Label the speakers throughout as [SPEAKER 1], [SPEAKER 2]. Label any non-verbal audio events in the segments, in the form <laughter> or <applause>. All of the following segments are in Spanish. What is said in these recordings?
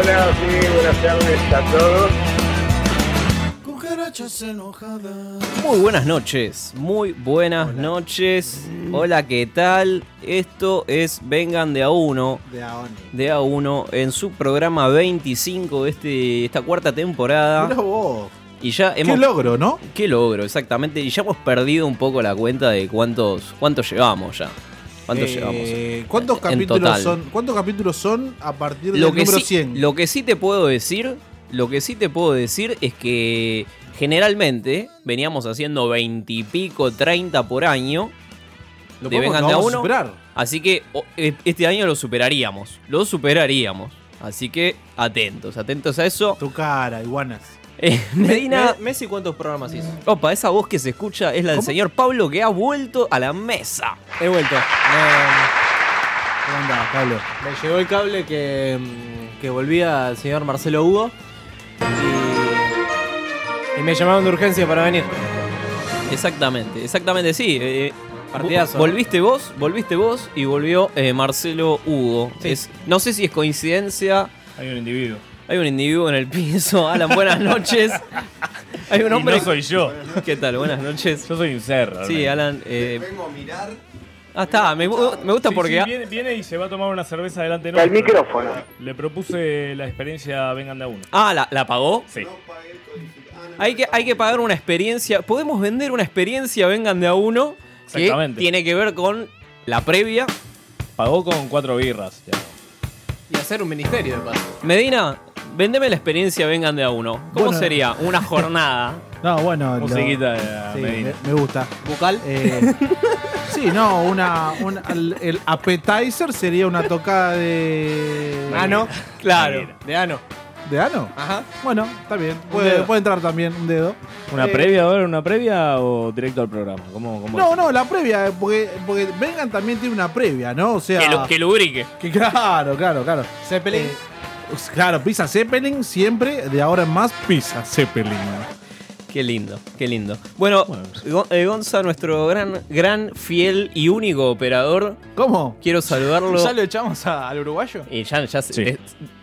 [SPEAKER 1] Hola, sí, buenas tardes a todos.
[SPEAKER 2] Cucarachas enojadas.
[SPEAKER 3] Muy buenas noches, muy buenas noches.
[SPEAKER 2] Mm.
[SPEAKER 3] Hola, ¿qué tal? Esto es Vengan de a uno,
[SPEAKER 2] De Aoni.
[SPEAKER 3] de a uno, en su programa 25 de este, esta cuarta temporada.
[SPEAKER 2] Mirá vos.
[SPEAKER 3] Y ya
[SPEAKER 2] Qué
[SPEAKER 3] hemos.
[SPEAKER 2] logro, ¿no?
[SPEAKER 3] qué logro, exactamente. Y ya hemos perdido un poco la cuenta de cuántos, cuántos llevamos ya. ¿Cuántos
[SPEAKER 2] Eh,
[SPEAKER 3] llevamos?
[SPEAKER 2] ¿Cuántos
[SPEAKER 3] En
[SPEAKER 2] capítulos
[SPEAKER 3] total.
[SPEAKER 2] son? ¿Cuántos capítulos son a partir del
[SPEAKER 3] Lo que,
[SPEAKER 2] número
[SPEAKER 3] sí,
[SPEAKER 2] 100?
[SPEAKER 3] lo que sí te puedo decir, lo que sí te puedo decir es que generalmente veníamos haciendo 20 y pico, 30 por año.
[SPEAKER 2] Lo
[SPEAKER 3] de
[SPEAKER 2] podemos-
[SPEAKER 3] Vengan
[SPEAKER 2] lo
[SPEAKER 3] de a
[SPEAKER 2] vamos
[SPEAKER 3] uno.
[SPEAKER 2] superar.
[SPEAKER 3] Así que o- e- este año lo superaríamos. Lo superaríamos. Así que atentos, atentos a eso.
[SPEAKER 2] Tu cara, iguanas.
[SPEAKER 3] Eh, Medina.
[SPEAKER 4] Messi, ¿cuántos programas hizo?
[SPEAKER 3] Opa, esa voz que se escucha es la del
[SPEAKER 2] ¿Cómo?
[SPEAKER 3] señor Pablo que ha vuelto a la mesa.
[SPEAKER 4] He vuelto. Eh,
[SPEAKER 2] ¿Cómo andás, Pablo?
[SPEAKER 4] me llegó el cable que, mm, que volvía al señor Marcelo Hugo. Y, y me llamaron de urgencia para venir.
[SPEAKER 3] Exactamente, exactamente, sí. eh,
[SPEAKER 4] Partidazo.
[SPEAKER 3] vo- Volviste vos, volviste vos y volvió eh, Marcelo Hugo.
[SPEAKER 4] Sí.
[SPEAKER 3] Es- no sé si es coincidencia. Hay un individuo. Hay un individuo en el piso. Alan, buenas
[SPEAKER 4] <laughs>
[SPEAKER 3] noches. Hay un hombre.
[SPEAKER 5] no soy yo.
[SPEAKER 3] ¿Qué tal? Buenas noches.
[SPEAKER 5] Yo soy un cerro.
[SPEAKER 3] Sí, Alan. eh, Ah, está. Me, gu- me gusta porque.
[SPEAKER 5] viene, viene y se va a tomar una cerveza delante de
[SPEAKER 1] Al
[SPEAKER 5] nosotros.
[SPEAKER 1] micrófono.
[SPEAKER 5] Le propuse la experiencia Vengan de a uno.
[SPEAKER 3] Ah, ¿la, la pagó?
[SPEAKER 5] Sí.
[SPEAKER 3] Hay que, hay que pagar una experiencia. Podemos vender una experiencia, vengan de a uno. Que
[SPEAKER 5] Exactamente.
[SPEAKER 3] tiene que ver con la previa.
[SPEAKER 5] Pagó con cuatro birras. ya.
[SPEAKER 4] Y hacer un ministerio de paso.
[SPEAKER 3] Medina, vendeme la experiencia, vengan de a uno. ¿Cómo
[SPEAKER 6] Bueno.
[SPEAKER 3] sería? Una
[SPEAKER 4] <laughs>
[SPEAKER 3] jornada.
[SPEAKER 6] No, bueno. lo-
[SPEAKER 5] Musiquita de la
[SPEAKER 6] sí, me,
[SPEAKER 5] Medina.
[SPEAKER 2] Eh,
[SPEAKER 6] me gusta.
[SPEAKER 4] Bucal.
[SPEAKER 6] Eh, sí, no, una, un- el, el appetizer sería una tocada de.
[SPEAKER 3] Ah,
[SPEAKER 4] Ano.
[SPEAKER 3] Claro.
[SPEAKER 4] Ah, De ano.
[SPEAKER 6] ¿De ano?
[SPEAKER 4] Ajá.
[SPEAKER 6] Bueno, está bien. Puede,
[SPEAKER 4] dedo.
[SPEAKER 6] puede entrar también un dedo.
[SPEAKER 5] ¿Una
[SPEAKER 6] Eh,
[SPEAKER 5] previa ahora? ¿Una previa o directo al programa? ¿Cómo, cómo
[SPEAKER 6] No,
[SPEAKER 5] es?
[SPEAKER 6] no, la previa, eh, porque, porque Vengan también tiene una previa, ¿no? O sea.
[SPEAKER 3] Que, lu- que lubrique.
[SPEAKER 6] que claro, claro, claro.
[SPEAKER 4] Zeppelin.
[SPEAKER 6] Eh, claro, pizza Zeppelin siempre, de ahora en más, pizza Zeppelin.
[SPEAKER 3] Qué lindo, qué lindo. Bueno, Gon- eh, Gonza, nuestro gran, gran, fiel y único operador,
[SPEAKER 6] ¿Cómo?
[SPEAKER 3] quiero saludarlo.
[SPEAKER 4] ¿Ya lo echamos a- al uruguayo?
[SPEAKER 3] Y ya, ya se-
[SPEAKER 5] Sí.
[SPEAKER 3] eh,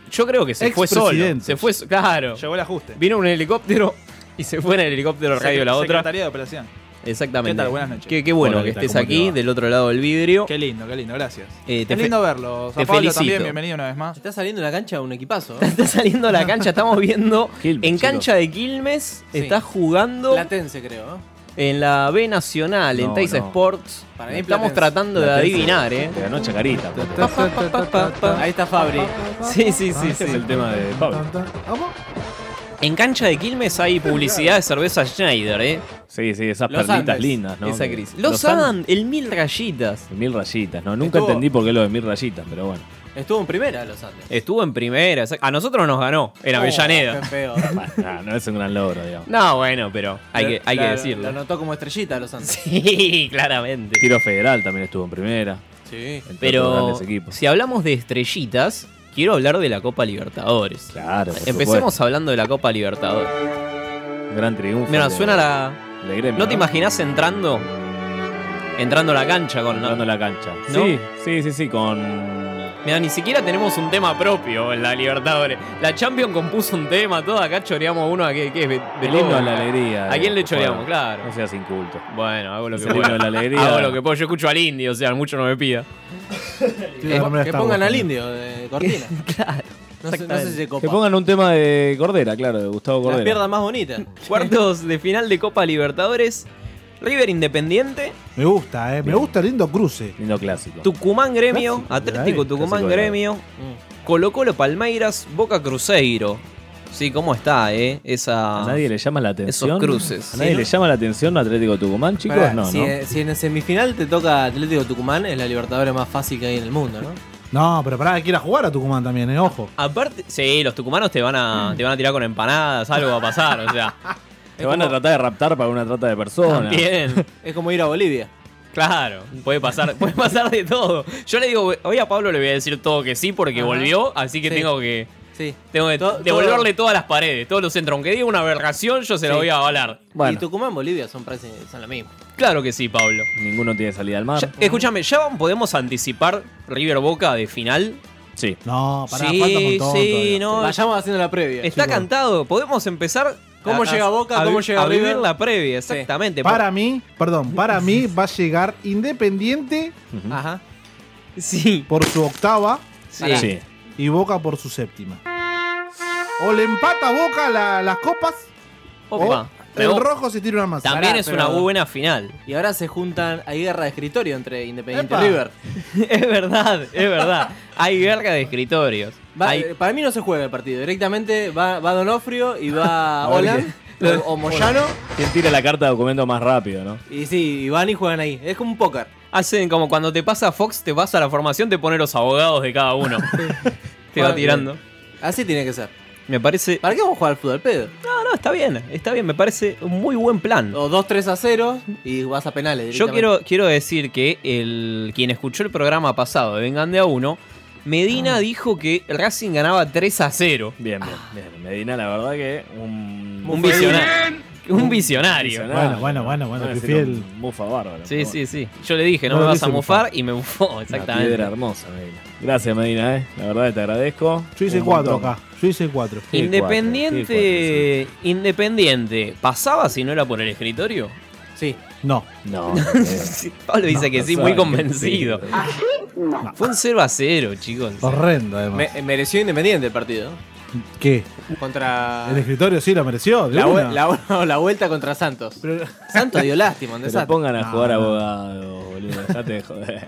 [SPEAKER 3] yo creo que se fue solo.
[SPEAKER 6] Expresidente.
[SPEAKER 3] Se fue, so- claro.
[SPEAKER 4] Llegó el ajuste.
[SPEAKER 3] Vino un helicóptero y se fue en el helicóptero radio la otra.
[SPEAKER 4] Secretaría de operación.
[SPEAKER 3] Exactamente.
[SPEAKER 4] ¿Qué tal? Buenas noches.
[SPEAKER 3] Qué, qué bueno
[SPEAKER 5] Hola,
[SPEAKER 3] que
[SPEAKER 5] ¿qué tal?
[SPEAKER 3] estés
[SPEAKER 5] ¿Cómo te
[SPEAKER 3] aquí,
[SPEAKER 5] va?
[SPEAKER 3] del otro lado del vidrio.
[SPEAKER 7] Qué lindo, qué lindo, gracias.
[SPEAKER 3] Eh,
[SPEAKER 7] Qué
[SPEAKER 3] te fe- <laughs>
[SPEAKER 7] lindo verlos.
[SPEAKER 3] te
[SPEAKER 7] A Pablo
[SPEAKER 3] felicito.
[SPEAKER 7] también, bienvenido una vez más.
[SPEAKER 4] Está saliendo en la cancha un equipazo. ¿eh?
[SPEAKER 3] Está saliendo a la cancha, estamos viendo
[SPEAKER 5] Quilmes,
[SPEAKER 3] en
[SPEAKER 5] chicos.
[SPEAKER 3] cancha de Quilmes,
[SPEAKER 4] Sí.
[SPEAKER 3] está jugando
[SPEAKER 4] Platense, creo. ¿eh?
[SPEAKER 3] en la B Nacional, en
[SPEAKER 5] No,
[SPEAKER 3] Tays
[SPEAKER 5] no.
[SPEAKER 3] Sports.
[SPEAKER 4] Para mí
[SPEAKER 3] estamos
[SPEAKER 4] Platense.
[SPEAKER 3] tratando de
[SPEAKER 5] Platense.
[SPEAKER 3] adivinar, ¿eh?
[SPEAKER 5] Te ganó Chacarita. Pato.
[SPEAKER 3] Pa, pa, pa, pa, pa, pa.
[SPEAKER 4] Ahí está Fabri.
[SPEAKER 3] Sí, sí, sí,
[SPEAKER 5] Ese
[SPEAKER 3] sí.
[SPEAKER 5] Ah, este es el tema de Eh, Pablo.
[SPEAKER 6] ¿Cómo?
[SPEAKER 3] En cancha de Quilmes hay publicidad de cerveza Schneider, ¿eh?
[SPEAKER 5] Sí, sí, esas
[SPEAKER 4] Los
[SPEAKER 5] perlitas
[SPEAKER 4] Andes.
[SPEAKER 5] lindas, ¿no?
[SPEAKER 3] Esa
[SPEAKER 5] Que-
[SPEAKER 3] gris. Los Adam, el mil rayitas.
[SPEAKER 5] Andes, Mil rayitas, ¿no? Nunca
[SPEAKER 4] Estuvo-
[SPEAKER 5] entendí por qué lo de mil rayitas, pero bueno.
[SPEAKER 4] Estuvo en primera los Andes.
[SPEAKER 3] Estuvo en primera. exact- A nosotros nos ganó, en
[SPEAKER 4] Oh,
[SPEAKER 3] Avellaneda.
[SPEAKER 4] qué <laughs> feo.
[SPEAKER 5] Bah, nah, no es un gran logro, digamos.
[SPEAKER 3] No, bueno, pero hay que, hay que
[SPEAKER 4] La- Lo
[SPEAKER 3] decirlo.
[SPEAKER 4] notó como estrellita los Andes.
[SPEAKER 3] <laughs> Sí, claramente.
[SPEAKER 5] Tiro Federal también estuvo en primera.
[SPEAKER 4] Sí.
[SPEAKER 5] entre otros
[SPEAKER 3] Pero
[SPEAKER 5] grandes equipos.
[SPEAKER 3] si hablamos de estrellitas, quiero hablar de la Copa Libertadores.
[SPEAKER 5] Claro, por
[SPEAKER 3] Empecemos hablando de la Copa Libertadores.
[SPEAKER 5] supuesto. Gran triunfo.
[SPEAKER 3] Mira,
[SPEAKER 5] de-
[SPEAKER 3] suena la.
[SPEAKER 5] de Gremio,
[SPEAKER 3] ¿No te imaginas entrando? Entrando a la cancha con.
[SPEAKER 5] Dando la cancha.
[SPEAKER 3] ¿No?
[SPEAKER 5] Sí, sí, sí, sí, con.
[SPEAKER 3] Mira, ni siquiera tenemos un tema propio en la Libertadores. La Champions compuso un tema, todo acá choreamos uno a que, que es Be-
[SPEAKER 5] El
[SPEAKER 3] Beethoven.
[SPEAKER 5] himno de la alegría.
[SPEAKER 3] ¿A quién le
[SPEAKER 5] por favor.
[SPEAKER 3] choreamos? Claro.
[SPEAKER 5] No seas inculto.
[SPEAKER 3] Bueno, hago lo
[SPEAKER 5] Es
[SPEAKER 3] que
[SPEAKER 5] el
[SPEAKER 3] puedo.
[SPEAKER 5] himno de la alegría.
[SPEAKER 3] Hago lo que puedo. Yo escucho al indio, o sea, mucho no me pida.
[SPEAKER 6] Tiene la remera
[SPEAKER 4] que
[SPEAKER 6] Star
[SPEAKER 4] pongan
[SPEAKER 6] Wars
[SPEAKER 4] al
[SPEAKER 6] también.
[SPEAKER 4] indio de cortina.
[SPEAKER 3] <laughs> Claro.
[SPEAKER 4] No sé, no sé si se copa.
[SPEAKER 5] Que pongan un tema de Cordera, claro, de Gustavo
[SPEAKER 4] las
[SPEAKER 5] Cordera.
[SPEAKER 4] piernas más
[SPEAKER 3] <laughs>
[SPEAKER 4] bonitas.
[SPEAKER 3] Cuartos de final de Copa Libertadores. River Independiente,
[SPEAKER 6] Me gusta, eh. Me gusta el lindo cruce.
[SPEAKER 5] Lindo clásico.
[SPEAKER 3] Tucumán Gremio,
[SPEAKER 6] Clásico,
[SPEAKER 5] eh,
[SPEAKER 3] Atlético
[SPEAKER 6] dale.
[SPEAKER 3] Tucumán
[SPEAKER 5] Clásico de la-
[SPEAKER 3] Gremio, Colo Colo Palmeiras, Boca Cruzeiro. Sí, ¿cómo está, eh? Esa...
[SPEAKER 5] ¿A nadie le llama la atención?
[SPEAKER 3] Esos cruces.
[SPEAKER 5] ¿A nadie
[SPEAKER 4] Sí,
[SPEAKER 5] le
[SPEAKER 4] ¿no?
[SPEAKER 5] llama la atención Atlético Tucumán, chicos?
[SPEAKER 4] Pará, eh,
[SPEAKER 5] no,
[SPEAKER 4] si,
[SPEAKER 5] ¿no?
[SPEAKER 4] si en el semifinal te toca Atlético Tucumán, es la Libertadores más fácil que hay en el mundo, ¿no?
[SPEAKER 6] No, pero pará, hay que ir a jugar a Tucumán también, eh, ojo.
[SPEAKER 3] Aparte, sí, los tucumanos te van
[SPEAKER 5] Mm.
[SPEAKER 3] a, te van a tirar con empanadas, algo va a pasar, o <laughs> sea.
[SPEAKER 5] Te van a tratar de raptar para una trata de personas.
[SPEAKER 3] Bien,
[SPEAKER 4] Es como ir a Bolivia.
[SPEAKER 3] claro, puede pasar, puede pasar de todo. Yo le digo, hoy a Pablo le voy a decir todo que sí porque
[SPEAKER 4] Ajá.
[SPEAKER 3] volvió, así que
[SPEAKER 4] Sí.
[SPEAKER 3] tengo que
[SPEAKER 4] Sí.
[SPEAKER 3] tengo que
[SPEAKER 4] To-
[SPEAKER 3] devolverle todas las paredes, todos los centros. Aunque diga una aberración, yo se la
[SPEAKER 4] Sí.
[SPEAKER 3] voy a avalar.
[SPEAKER 4] Y Tucumán, Bolivia son, prácticamente- son lo mismo.
[SPEAKER 3] Claro que sí, Pablo.
[SPEAKER 5] Ninguno tiene salida
[SPEAKER 4] Ah,
[SPEAKER 5] al mar.
[SPEAKER 3] Ya- escúchame, ¿ya podemos anticipar River Boca de final?
[SPEAKER 5] Sí.
[SPEAKER 6] No, pará,
[SPEAKER 3] sí,
[SPEAKER 6] falta un montón.
[SPEAKER 3] sí,
[SPEAKER 6] todavía.
[SPEAKER 3] no.
[SPEAKER 4] Vayamos haciendo la previa.
[SPEAKER 3] Está
[SPEAKER 4] chicos.
[SPEAKER 3] cantado. Podemos empezar.
[SPEAKER 4] ¿Cómo llega Boca?
[SPEAKER 3] a-
[SPEAKER 4] ¿Cómo
[SPEAKER 3] a-
[SPEAKER 4] llega
[SPEAKER 3] a vivir
[SPEAKER 4] River?
[SPEAKER 3] la previa, exactamente.
[SPEAKER 6] Para mí, perdón, para mí va a llegar Independiente
[SPEAKER 4] Ajá.
[SPEAKER 3] Sí.
[SPEAKER 6] por su octava
[SPEAKER 3] Sí.
[SPEAKER 5] Sí.
[SPEAKER 6] y Boca por su séptima. O le empata a Boca la- las copas,
[SPEAKER 3] Opa.
[SPEAKER 6] o
[SPEAKER 3] Oh, Pero
[SPEAKER 6] el rojo se tira una masa.
[SPEAKER 3] También
[SPEAKER 4] Pará,
[SPEAKER 3] es
[SPEAKER 4] pero-
[SPEAKER 3] una buena final.
[SPEAKER 4] Y ahora se juntan, hay guerra de escritorio entre Independiente
[SPEAKER 6] Epa.
[SPEAKER 4] y River.
[SPEAKER 3] <laughs> es verdad, es verdad. Hay guerra de escritorios.
[SPEAKER 4] Va-
[SPEAKER 3] Hay-
[SPEAKER 4] eh, Para mí no se juega el partido. Directamente va, va Donofrio
[SPEAKER 6] <laughs>
[SPEAKER 4] y va Olan o, o Moyano.
[SPEAKER 5] ¿Quién tira la carta de documento más rápido, no?
[SPEAKER 4] Y sí, y van y juegan ahí. Es como un póker.
[SPEAKER 3] Hacen como cuando te pasa Fox, te vas a la formación, te pone los abogados de cada uno. te va
[SPEAKER 4] Bueno,
[SPEAKER 3] tirando.
[SPEAKER 4] Así tiene que ser.
[SPEAKER 3] Me parece. ah,
[SPEAKER 4] ¿Para qué vamos a jugar al fútbol, pedo?
[SPEAKER 3] No, no, está bien, está bien, me parece un muy buen plan.
[SPEAKER 4] O 2-3 a 0 y vas a penales.
[SPEAKER 3] Yo
[SPEAKER 4] Oh, directamente.
[SPEAKER 3] quiero, quiero decir que el, quien escuchó el programa pasado de Vengan de a uno, Medina dijo que Racing ganaba 3 a 0.
[SPEAKER 5] Bien, bien, bien. Medina, la verdad que un...
[SPEAKER 3] Ah. Un visionario. Un visionario.
[SPEAKER 6] Bueno, bueno, bueno, bueno,
[SPEAKER 5] Iba a
[SPEAKER 6] qué
[SPEAKER 5] decir un
[SPEAKER 6] fiel.
[SPEAKER 5] Mufa bárbaro.
[SPEAKER 3] Sí,
[SPEAKER 5] pero bueno.
[SPEAKER 3] sí, sí. Yo le dije, no,
[SPEAKER 6] No
[SPEAKER 3] me
[SPEAKER 6] lo
[SPEAKER 3] vas a
[SPEAKER 6] quise
[SPEAKER 3] mufar y me mufó,
[SPEAKER 5] Una piedra
[SPEAKER 3] exactamente.
[SPEAKER 5] hermosa, Medina. Gracias, Medina, eh. La verdad que te agradezco.
[SPEAKER 6] Yo hice
[SPEAKER 5] Un
[SPEAKER 6] cuatro
[SPEAKER 5] montón.
[SPEAKER 6] acá, yo hice cuatro.
[SPEAKER 5] Sí, cuatro, sí,
[SPEAKER 3] Independiente, Independiente, ¿pasaba si no era por el escritorio?
[SPEAKER 4] Sí.
[SPEAKER 6] No,
[SPEAKER 3] <laughs>
[SPEAKER 5] No, no creo.
[SPEAKER 3] Sí, Pablo dice que
[SPEAKER 5] No
[SPEAKER 3] sí,
[SPEAKER 5] sabe
[SPEAKER 3] muy
[SPEAKER 5] que
[SPEAKER 3] convencido.
[SPEAKER 5] sí.
[SPEAKER 3] Fue un 0 a 0, chicos.
[SPEAKER 6] horrendo además.
[SPEAKER 4] Me- eh, mereció Independiente el partido.
[SPEAKER 6] ¿Qué?
[SPEAKER 4] Contra.
[SPEAKER 3] Ah.
[SPEAKER 6] El escritorio sí lo mereció. de
[SPEAKER 4] La,
[SPEAKER 6] una.
[SPEAKER 4] vue- la- <laughs> la vuelta contra Santos.
[SPEAKER 6] Pero-
[SPEAKER 4] Santos
[SPEAKER 6] <laughs>
[SPEAKER 4] dio lástima, un
[SPEAKER 5] Pero
[SPEAKER 4] desastre.
[SPEAKER 5] pongan a
[SPEAKER 6] Ah, No,
[SPEAKER 5] jugar
[SPEAKER 6] no.
[SPEAKER 5] abogados, boludo. Dejate de
[SPEAKER 3] <laughs>
[SPEAKER 5] joder.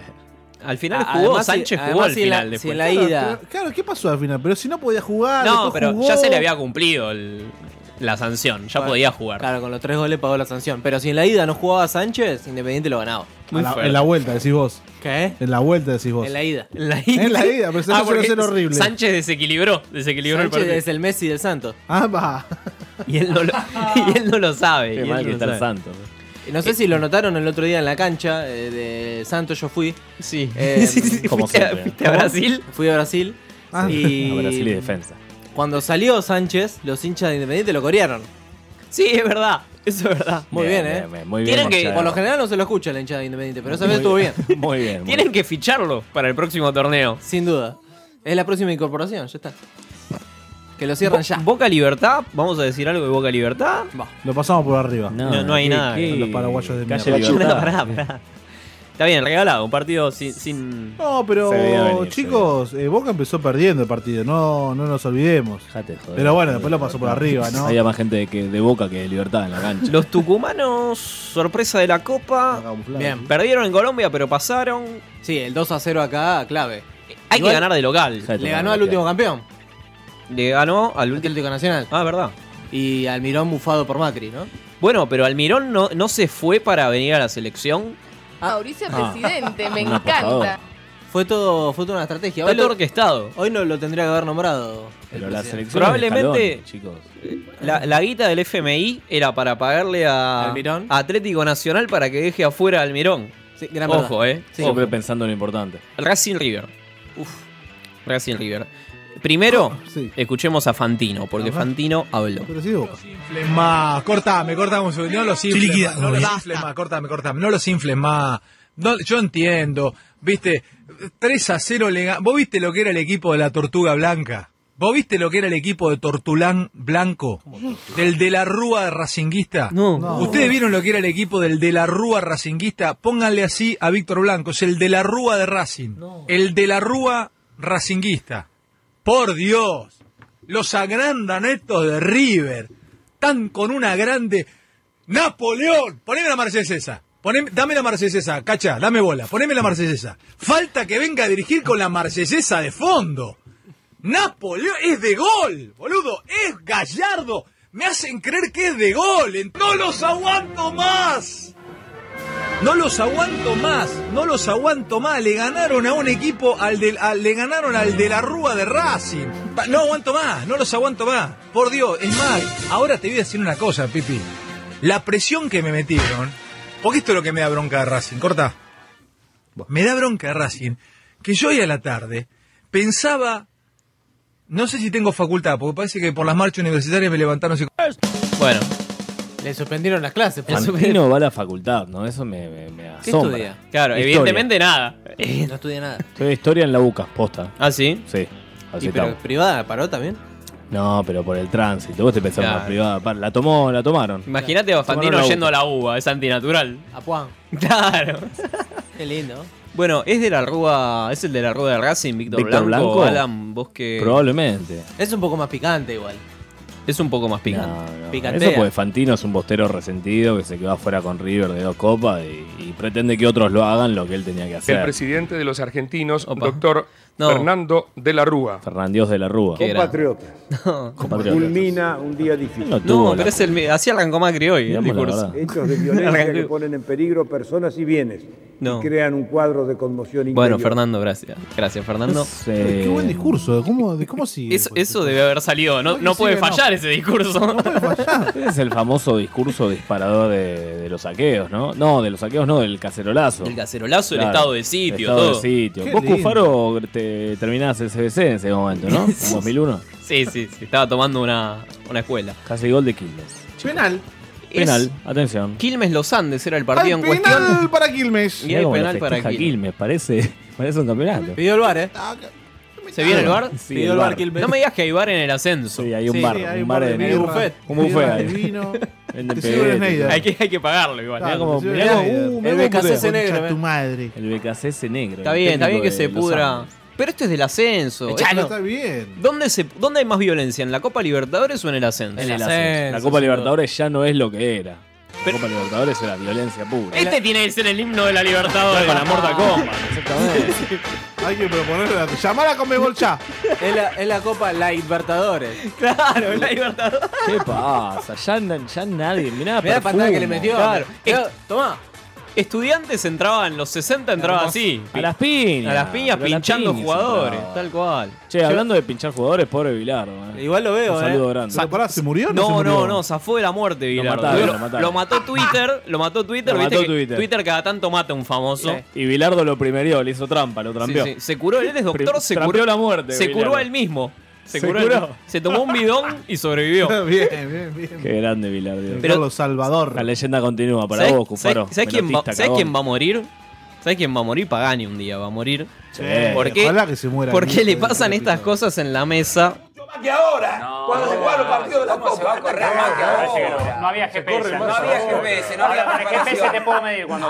[SPEAKER 3] Al final
[SPEAKER 4] Ah,
[SPEAKER 3] jugó,
[SPEAKER 4] además,
[SPEAKER 3] Sánchez
[SPEAKER 4] si-
[SPEAKER 3] jugó
[SPEAKER 4] además
[SPEAKER 3] al
[SPEAKER 4] si en la-
[SPEAKER 3] final
[SPEAKER 4] si
[SPEAKER 3] después.
[SPEAKER 4] en la ida.
[SPEAKER 6] Pero, claro, ¿qué pasó al final? Pero si no podía jugar.
[SPEAKER 3] No,
[SPEAKER 6] Ah, después
[SPEAKER 3] pero
[SPEAKER 6] jugó.
[SPEAKER 3] ya se le había cumplido el- la sanción, ya
[SPEAKER 4] Bueno,
[SPEAKER 3] podía jugar.
[SPEAKER 4] Claro, con los tres goles pagó la sanción. Pero si en la ida no jugaba Sánchez, Independiente lo ganaba.
[SPEAKER 6] A la- en la vuelta decís vos.
[SPEAKER 4] ¿Qué?
[SPEAKER 6] En la vuelta decís vos.
[SPEAKER 4] En la ida.
[SPEAKER 3] En la Ah,
[SPEAKER 6] En la ida, pero Sánchez
[SPEAKER 3] porque
[SPEAKER 6] iba a ser horrible.
[SPEAKER 3] Sánchez desequilibró, desequilibró el
[SPEAKER 4] Sánchez
[SPEAKER 3] partido.
[SPEAKER 4] es el Messi del Santos.
[SPEAKER 6] Ah, va.
[SPEAKER 3] Y él <laughs> no lo, y él no lo sabe. y
[SPEAKER 5] Qué
[SPEAKER 3] él
[SPEAKER 5] mal
[SPEAKER 3] no
[SPEAKER 5] que
[SPEAKER 3] lo
[SPEAKER 5] está
[SPEAKER 3] sabe.
[SPEAKER 5] el Santos.
[SPEAKER 4] Y No
[SPEAKER 3] Eh.
[SPEAKER 4] sé si lo notaron el otro día en la cancha eh, de Santos, yo fui.
[SPEAKER 3] Sí.
[SPEAKER 4] Eh,
[SPEAKER 3] <laughs> Sí, sí, sí,
[SPEAKER 5] como
[SPEAKER 3] fuiste a-
[SPEAKER 5] siempre.
[SPEAKER 3] fuiste a Brasil.
[SPEAKER 4] Fui a Brasil.
[SPEAKER 6] Ah.
[SPEAKER 4] y
[SPEAKER 5] A Brasil y defensa.
[SPEAKER 4] cuando salió Sánchez, los hinchas de Independiente lo corearon.
[SPEAKER 3] Sí, es verdad. Eso es verdad.
[SPEAKER 4] Muy bien, ¿eh?
[SPEAKER 5] muy
[SPEAKER 3] Tienen
[SPEAKER 5] bien.
[SPEAKER 3] que-
[SPEAKER 5] Marcelo.
[SPEAKER 4] Por lo general no se lo escucha la hinchada de Independiente, pero esa
[SPEAKER 5] Muy
[SPEAKER 4] vez estuvo bien.
[SPEAKER 5] <laughs> Muy bien. muy
[SPEAKER 3] Tienen que ficharlo para el próximo torneo.
[SPEAKER 4] Sin duda. Es la próxima incorporación, ya está. Que lo cierran
[SPEAKER 3] Bo-
[SPEAKER 4] ya.
[SPEAKER 3] Boca Libertad, vamos a decir algo de Boca Libertad.
[SPEAKER 4] Va.
[SPEAKER 6] Lo pasamos por arriba.
[SPEAKER 5] bien.
[SPEAKER 3] no- no hay nada.
[SPEAKER 6] Son los paraguayos de
[SPEAKER 5] Calle
[SPEAKER 6] mierda.
[SPEAKER 3] <laughs>
[SPEAKER 5] Libertad.
[SPEAKER 3] No, pará, pará. Está bien, regalado, un partido sin. sin-
[SPEAKER 6] No,
[SPEAKER 5] Se veía venir,
[SPEAKER 6] pero
[SPEAKER 5] se
[SPEAKER 6] chicos, eh, Boca empezó perdiendo el partido. No, no nos olvidemos.
[SPEAKER 5] Dejate de joder.
[SPEAKER 6] Pero bueno, después lo pasó por arriba, ¿no?
[SPEAKER 5] Había más gente de, que, de Boca que de Libertad en la cancha.
[SPEAKER 3] Los tucumanos, sorpresa de la
[SPEAKER 6] La
[SPEAKER 3] Copa.
[SPEAKER 6] camuflada.
[SPEAKER 4] Bien.
[SPEAKER 3] Perdieron en Colombia, pero pasaron.
[SPEAKER 4] Sí, el 2 a 0 acá, clave.
[SPEAKER 3] Hay
[SPEAKER 4] Igual-
[SPEAKER 3] que ganar de local.
[SPEAKER 5] Dejate de
[SPEAKER 4] Le ganó
[SPEAKER 5] joder.
[SPEAKER 4] al último campeón,
[SPEAKER 3] Le ganó al
[SPEAKER 4] el
[SPEAKER 3] último.
[SPEAKER 4] Atlético Nacional.
[SPEAKER 3] Ah, verdad.
[SPEAKER 4] Y Almirón bufado por Macri, ¿no?
[SPEAKER 3] Bueno, pero Almirón no, no se fue para venir a la selección.
[SPEAKER 8] Mauricio
[SPEAKER 5] Ah.
[SPEAKER 8] Presidente, me
[SPEAKER 5] No, por favor.
[SPEAKER 8] encanta.
[SPEAKER 4] Fue todo, fue toda una estrategia.
[SPEAKER 3] Está
[SPEAKER 4] Hoy,
[SPEAKER 3] todo
[SPEAKER 4] lo,
[SPEAKER 3] orquestado.
[SPEAKER 4] hoy no lo tendría que haber nombrado. el
[SPEAKER 5] Pero la
[SPEAKER 4] presidente.
[SPEAKER 5] selección
[SPEAKER 3] Probablemente-
[SPEAKER 5] es de Scaloni, chicos.
[SPEAKER 3] La, la guita del FMI era para pagarle a,
[SPEAKER 4] ¿Almirón?
[SPEAKER 3] a Atlético Nacional para que deje afuera a Almirón.
[SPEAKER 4] Sí, gran verdad.
[SPEAKER 3] Ojo, eh.
[SPEAKER 4] Sí.
[SPEAKER 5] Siempre pensando en lo importante.
[SPEAKER 3] Racing River. Racing River. Primero,
[SPEAKER 5] Ah,
[SPEAKER 6] Sí.
[SPEAKER 3] escuchemos a Fantino, porque
[SPEAKER 6] Ajá.
[SPEAKER 3] Fantino habló.
[SPEAKER 6] Pero sí, de Boca.
[SPEAKER 9] infles más, cortame, cortame un segundo, no los infles más, no los infles más, cortame, cortame, no los infles más. No, yo entiendo, viste, 3 a 0 le gan- ¿Vos viste lo que era el equipo de la Tortuga Blanca? ¿Vos viste lo que era el equipo de Tortulán Blanco? Del de la Rúa Racinguista.
[SPEAKER 3] No.
[SPEAKER 9] ¿Ustedes vieron lo que era el equipo del de la Rúa Racinguista? Pónganle así a Víctor Blanco, es el de la Rúa de Racing. El de la Rúa Racinguista. Por Dios, los agrandan estos de River. Tan con una grande. ¡Napoleón! Poneme la marsellesa. Poneme- dame la marsellesa, cacha, dame bola. Poneme la marsellesa. Falta que venga a dirigir con la marsellesa de fondo. Napoleón es de gol, boludo, es Gallardo. Me hacen creer que es de gol. No los aguanto más. No los aguanto más, no los aguanto más. Le ganaron a un equipo, al del- al- le ganaron al de la Rúa de Racing. Pa- No aguanto más, no los aguanto más. Por Dios, es más, ahora te voy a decir una cosa, Pipi. La presión que me metieron, porque esto es lo que me da bronca de Racing, corta. Me da bronca de Racing, que yo hoy a la tarde pensaba, no sé si tengo facultad, porque parece que por las marchas universitarias me levantaron... psico-
[SPEAKER 3] Bueno, eh.
[SPEAKER 4] Le suspendieron las clases. por
[SPEAKER 5] Fantino va a la facultad, ¿no? Eso me, me, me
[SPEAKER 4] ¿Qué
[SPEAKER 5] asombra.
[SPEAKER 4] estudia?
[SPEAKER 3] claro,
[SPEAKER 5] Historia. Eh.
[SPEAKER 3] evidentemente nada.
[SPEAKER 4] supuesto. <laughs> No estudia nada.
[SPEAKER 5] Estudia historia en la UCAS, posta.
[SPEAKER 3] Ah, sí.
[SPEAKER 5] Sí, así
[SPEAKER 4] Y, pero
[SPEAKER 5] estamos.
[SPEAKER 4] privada paró también.
[SPEAKER 5] No, pero por el tránsito. Vos te pensás en una
[SPEAKER 3] Claro.
[SPEAKER 5] privada. pa- La tomó, la tomaron.
[SPEAKER 3] Imagínate a
[SPEAKER 5] Tomaron
[SPEAKER 3] Fantino
[SPEAKER 5] la
[SPEAKER 3] yendo
[SPEAKER 5] uva.
[SPEAKER 3] a la uva, es
[SPEAKER 5] <laughs>
[SPEAKER 3] antinatural.
[SPEAKER 4] A Puan.
[SPEAKER 3] Claro.
[SPEAKER 4] Qué lindo.
[SPEAKER 3] Bueno, es de la rúa, es el de la rúa de Racing, Víctor
[SPEAKER 5] ¿Víctor
[SPEAKER 3] Blanco,
[SPEAKER 5] Blanco?
[SPEAKER 3] Alan, vos que
[SPEAKER 5] Probablemente.
[SPEAKER 4] Es un poco más picante igual.
[SPEAKER 3] es un poco más picante.
[SPEAKER 5] No, no.
[SPEAKER 4] Picantea.
[SPEAKER 5] Eso porque Fantino es un bostero resentido que se quedó afuera con River de dos copas y, y pretende que otros lo hagan lo que él tenía que
[SPEAKER 8] El
[SPEAKER 5] hacer.
[SPEAKER 8] presidente de los argentinos,
[SPEAKER 3] Opa.
[SPEAKER 8] doctor
[SPEAKER 3] No.
[SPEAKER 8] Fernando de la Rúa.
[SPEAKER 5] Fernandios de la Rúa.
[SPEAKER 3] Qué grande.
[SPEAKER 1] Patriota,
[SPEAKER 5] Compatriota.
[SPEAKER 1] culmina un día
[SPEAKER 5] Él
[SPEAKER 1] difícil.
[SPEAKER 5] no
[SPEAKER 3] No,
[SPEAKER 5] tuvo la-
[SPEAKER 3] pero es el, así arrancó Macri hoy el
[SPEAKER 5] Digamos la
[SPEAKER 3] discurso.
[SPEAKER 5] verdad.
[SPEAKER 1] Hechos de violencia que
[SPEAKER 3] Arranqué.
[SPEAKER 1] ponen en peligro personas y bienes.
[SPEAKER 3] No.
[SPEAKER 1] Y crean un cuadro de conmoción
[SPEAKER 3] Bueno,
[SPEAKER 1] interior.
[SPEAKER 3] Fernando, gracias. Gracias, Fernando.
[SPEAKER 5] Eh,
[SPEAKER 6] Qué buen discurso. ¿de ¿Cómo, de cómo sigue?
[SPEAKER 3] Eso, eso debe haber salido, no,
[SPEAKER 6] No,
[SPEAKER 3] no
[SPEAKER 6] sí,
[SPEAKER 3] puede
[SPEAKER 6] no.
[SPEAKER 3] fallar ese
[SPEAKER 5] <laughs>
[SPEAKER 3] discurso.
[SPEAKER 5] Es el famoso discurso disparador de, de los saqueos, ¿no? No, de los saqueos no, del cacerolazo.
[SPEAKER 3] El cacerolazo, el
[SPEAKER 5] Claro,
[SPEAKER 3] estado de sitio,
[SPEAKER 5] estado
[SPEAKER 3] todo.
[SPEAKER 5] de sitio.
[SPEAKER 6] Qué
[SPEAKER 5] Vos,
[SPEAKER 6] lindo.
[SPEAKER 5] Cufaro, te terminás el CBC en ese
[SPEAKER 3] <laughs>
[SPEAKER 5] momento, ¿no? En 2001.
[SPEAKER 3] Sí, sí, sí, estaba tomando una, una escuela.
[SPEAKER 5] Casi gol de Quilmes.
[SPEAKER 6] Penal.
[SPEAKER 5] Penal,
[SPEAKER 3] Es-
[SPEAKER 5] atención.
[SPEAKER 3] Quilmes Los Andes era el partido
[SPEAKER 6] Al
[SPEAKER 3] en cuestión.
[SPEAKER 6] penal para Quilmes.
[SPEAKER 3] Y hay
[SPEAKER 5] Mirá cómo lo
[SPEAKER 3] penal para
[SPEAKER 5] festeja
[SPEAKER 3] Quilmes.
[SPEAKER 5] Quilmes. Parece, <laughs> parece un campeonato.
[SPEAKER 4] Pidió el bar, ¿eh?
[SPEAKER 3] ¿Se viene el bar?
[SPEAKER 5] Sí,
[SPEAKER 4] Pidió
[SPEAKER 5] el
[SPEAKER 4] el
[SPEAKER 5] bar.
[SPEAKER 4] bar Quilmes.
[SPEAKER 3] No me digas que hay bar en el ascenso.
[SPEAKER 5] Sí, hay un
[SPEAKER 4] Sí,
[SPEAKER 5] bar.
[SPEAKER 6] Sí, hay
[SPEAKER 5] un bar
[SPEAKER 6] de
[SPEAKER 5] en
[SPEAKER 6] birra,
[SPEAKER 4] buffet.
[SPEAKER 5] Un buffet
[SPEAKER 6] birra,
[SPEAKER 2] <laughs>
[SPEAKER 5] ahí. <laughs>
[SPEAKER 6] vino.
[SPEAKER 5] Venden
[SPEAKER 6] Te sirven
[SPEAKER 5] pedete.
[SPEAKER 6] Schneider.
[SPEAKER 3] Hay <laughs> que, hay que pagarlo igual.
[SPEAKER 6] Claro,
[SPEAKER 5] como-
[SPEAKER 6] te sirven
[SPEAKER 5] mirá como,
[SPEAKER 6] Schneider.
[SPEAKER 5] uh,
[SPEAKER 4] El BKC
[SPEAKER 6] Concha
[SPEAKER 4] negro.
[SPEAKER 6] tu
[SPEAKER 4] ¿eh?
[SPEAKER 6] madre.
[SPEAKER 5] El BKC negro.
[SPEAKER 3] Está
[SPEAKER 5] el
[SPEAKER 3] bien, está bien
[SPEAKER 5] técnico
[SPEAKER 3] que
[SPEAKER 5] de
[SPEAKER 3] se
[SPEAKER 5] Los
[SPEAKER 3] pudra.
[SPEAKER 5] Andes.
[SPEAKER 3] Pero esto es del ascenso.
[SPEAKER 6] Pero
[SPEAKER 3] Esto-
[SPEAKER 6] Está
[SPEAKER 4] <laughs>
[SPEAKER 6] bien.
[SPEAKER 3] ¿Dónde, se, ¿Dónde hay más violencia? ¿En la Copa Libertadores o en el ascenso?
[SPEAKER 4] En
[SPEAKER 5] El
[SPEAKER 4] el
[SPEAKER 5] ascenso. La
[SPEAKER 4] ascenso,
[SPEAKER 5] Copa
[SPEAKER 4] sin
[SPEAKER 5] Libertadores ya no es lo que era. La Copa Libertadores era violencia pura. Ah,
[SPEAKER 3] Este tiene que ser el himno de la Libertadores. Con la Mortal Kombat.
[SPEAKER 6] Hay que proponerle. la- Llamar a Comebol ya.
[SPEAKER 4] Es la, es la Copa La
[SPEAKER 5] <laughs>
[SPEAKER 4] Libertadores.
[SPEAKER 3] <laughs> Claro, en la Libertadores.
[SPEAKER 5] ¿Qué pasa? Ya, na- ya nadie. Mirá,
[SPEAKER 4] Mirá la patada que le
[SPEAKER 5] perfumo.
[SPEAKER 4] metió.
[SPEAKER 3] claro.
[SPEAKER 4] Mirá, Tomá.
[SPEAKER 3] Estudiantes entraban, los 60 entraban así.
[SPEAKER 5] A las piñas.
[SPEAKER 3] A las piñas
[SPEAKER 5] Pero a las
[SPEAKER 3] pinchando
[SPEAKER 5] piñas
[SPEAKER 3] jugadores.
[SPEAKER 5] entraba.
[SPEAKER 3] Tal cual.
[SPEAKER 5] Che, hablando de pinchar jugadores, pobre Bilardo. eh.
[SPEAKER 4] Igual lo veo,
[SPEAKER 5] Un saludo
[SPEAKER 4] ¿eh?
[SPEAKER 5] grande.
[SPEAKER 6] Pero pará, ¿se murió o no
[SPEAKER 3] No,
[SPEAKER 6] se
[SPEAKER 3] no,
[SPEAKER 6] murió?
[SPEAKER 3] no, zafó de la muerte, Bilardo.
[SPEAKER 5] mataron,
[SPEAKER 3] lo,
[SPEAKER 5] lo mataron.
[SPEAKER 3] lo mató Twitter, lo mató Twitter,
[SPEAKER 5] Lo
[SPEAKER 3] viste
[SPEAKER 5] mató
[SPEAKER 3] que
[SPEAKER 5] Twitter.
[SPEAKER 3] cada tanto mata un famoso.
[SPEAKER 4] Sí.
[SPEAKER 5] Y Bilardo lo primerió, le hizo trampa, lo
[SPEAKER 3] Sí,
[SPEAKER 5] trampeó.
[SPEAKER 3] sí, Se curó, él es doctor,
[SPEAKER 5] Prim-
[SPEAKER 3] se
[SPEAKER 5] trampeó
[SPEAKER 3] curó
[SPEAKER 5] la muerte,
[SPEAKER 3] Se
[SPEAKER 5] Bilardo.
[SPEAKER 3] curó él mismo. Se,
[SPEAKER 5] Se
[SPEAKER 3] curó, él
[SPEAKER 5] curó.
[SPEAKER 3] mismo. Se tomó un bidón y
[SPEAKER 5] <laughs>
[SPEAKER 3] sobrevivió.
[SPEAKER 6] Bien, bien, bien.
[SPEAKER 5] Qué grande Bilardo.
[SPEAKER 3] Pero-
[SPEAKER 6] Carlos Salvador.
[SPEAKER 5] La leyenda continúa para
[SPEAKER 3] ¿Sabés-
[SPEAKER 5] vos, Cufaro.
[SPEAKER 3] ¿sabés, sabés quién va,
[SPEAKER 5] Pelotista,
[SPEAKER 3] sabés
[SPEAKER 5] cagón.
[SPEAKER 3] quién va a morir? ¿Sabés quién va a morir? Pagani un día va a morir.
[SPEAKER 5] Sí.
[SPEAKER 3] ¿Por qué?
[SPEAKER 6] Ojalá que se muera.
[SPEAKER 3] Porque
[SPEAKER 6] Luis,
[SPEAKER 3] le
[SPEAKER 6] eh,
[SPEAKER 3] pasan
[SPEAKER 6] Luis,
[SPEAKER 3] estas
[SPEAKER 6] no.
[SPEAKER 3] cosas en la mesa.
[SPEAKER 1] Que ahora, cuando se juegan los partidos de la Copa.
[SPEAKER 10] No había GPS. No había GPS. No había Ahora, con GPS te puedo medir cuando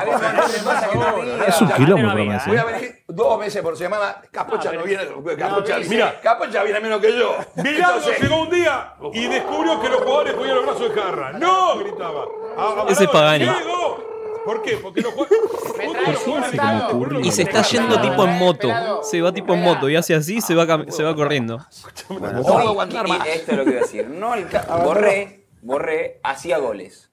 [SPEAKER 6] Es un
[SPEAKER 10] no
[SPEAKER 6] quilombo,
[SPEAKER 10] había,
[SPEAKER 6] programa
[SPEAKER 10] ¿eh?
[SPEAKER 6] ese.
[SPEAKER 1] Dos veces por semana, Capocha no viene. Capocha, mira, Capocha viene menos que yo.
[SPEAKER 8] Bilardo llegó un día y descubrió que los jugadores ponían los brazos de jarra. ¡No! gritaba. A- a-
[SPEAKER 3] Ese es Pagani.
[SPEAKER 8] ¡Diego! ¿Por qué? Porque los jugadores.
[SPEAKER 3] Y se está yendo tipo en moto. Se va tipo en moto y hace así, se va, cam- se va corriendo.
[SPEAKER 10] Y esto es lo que iba a decir. No alca- borré, borré, hacía goles.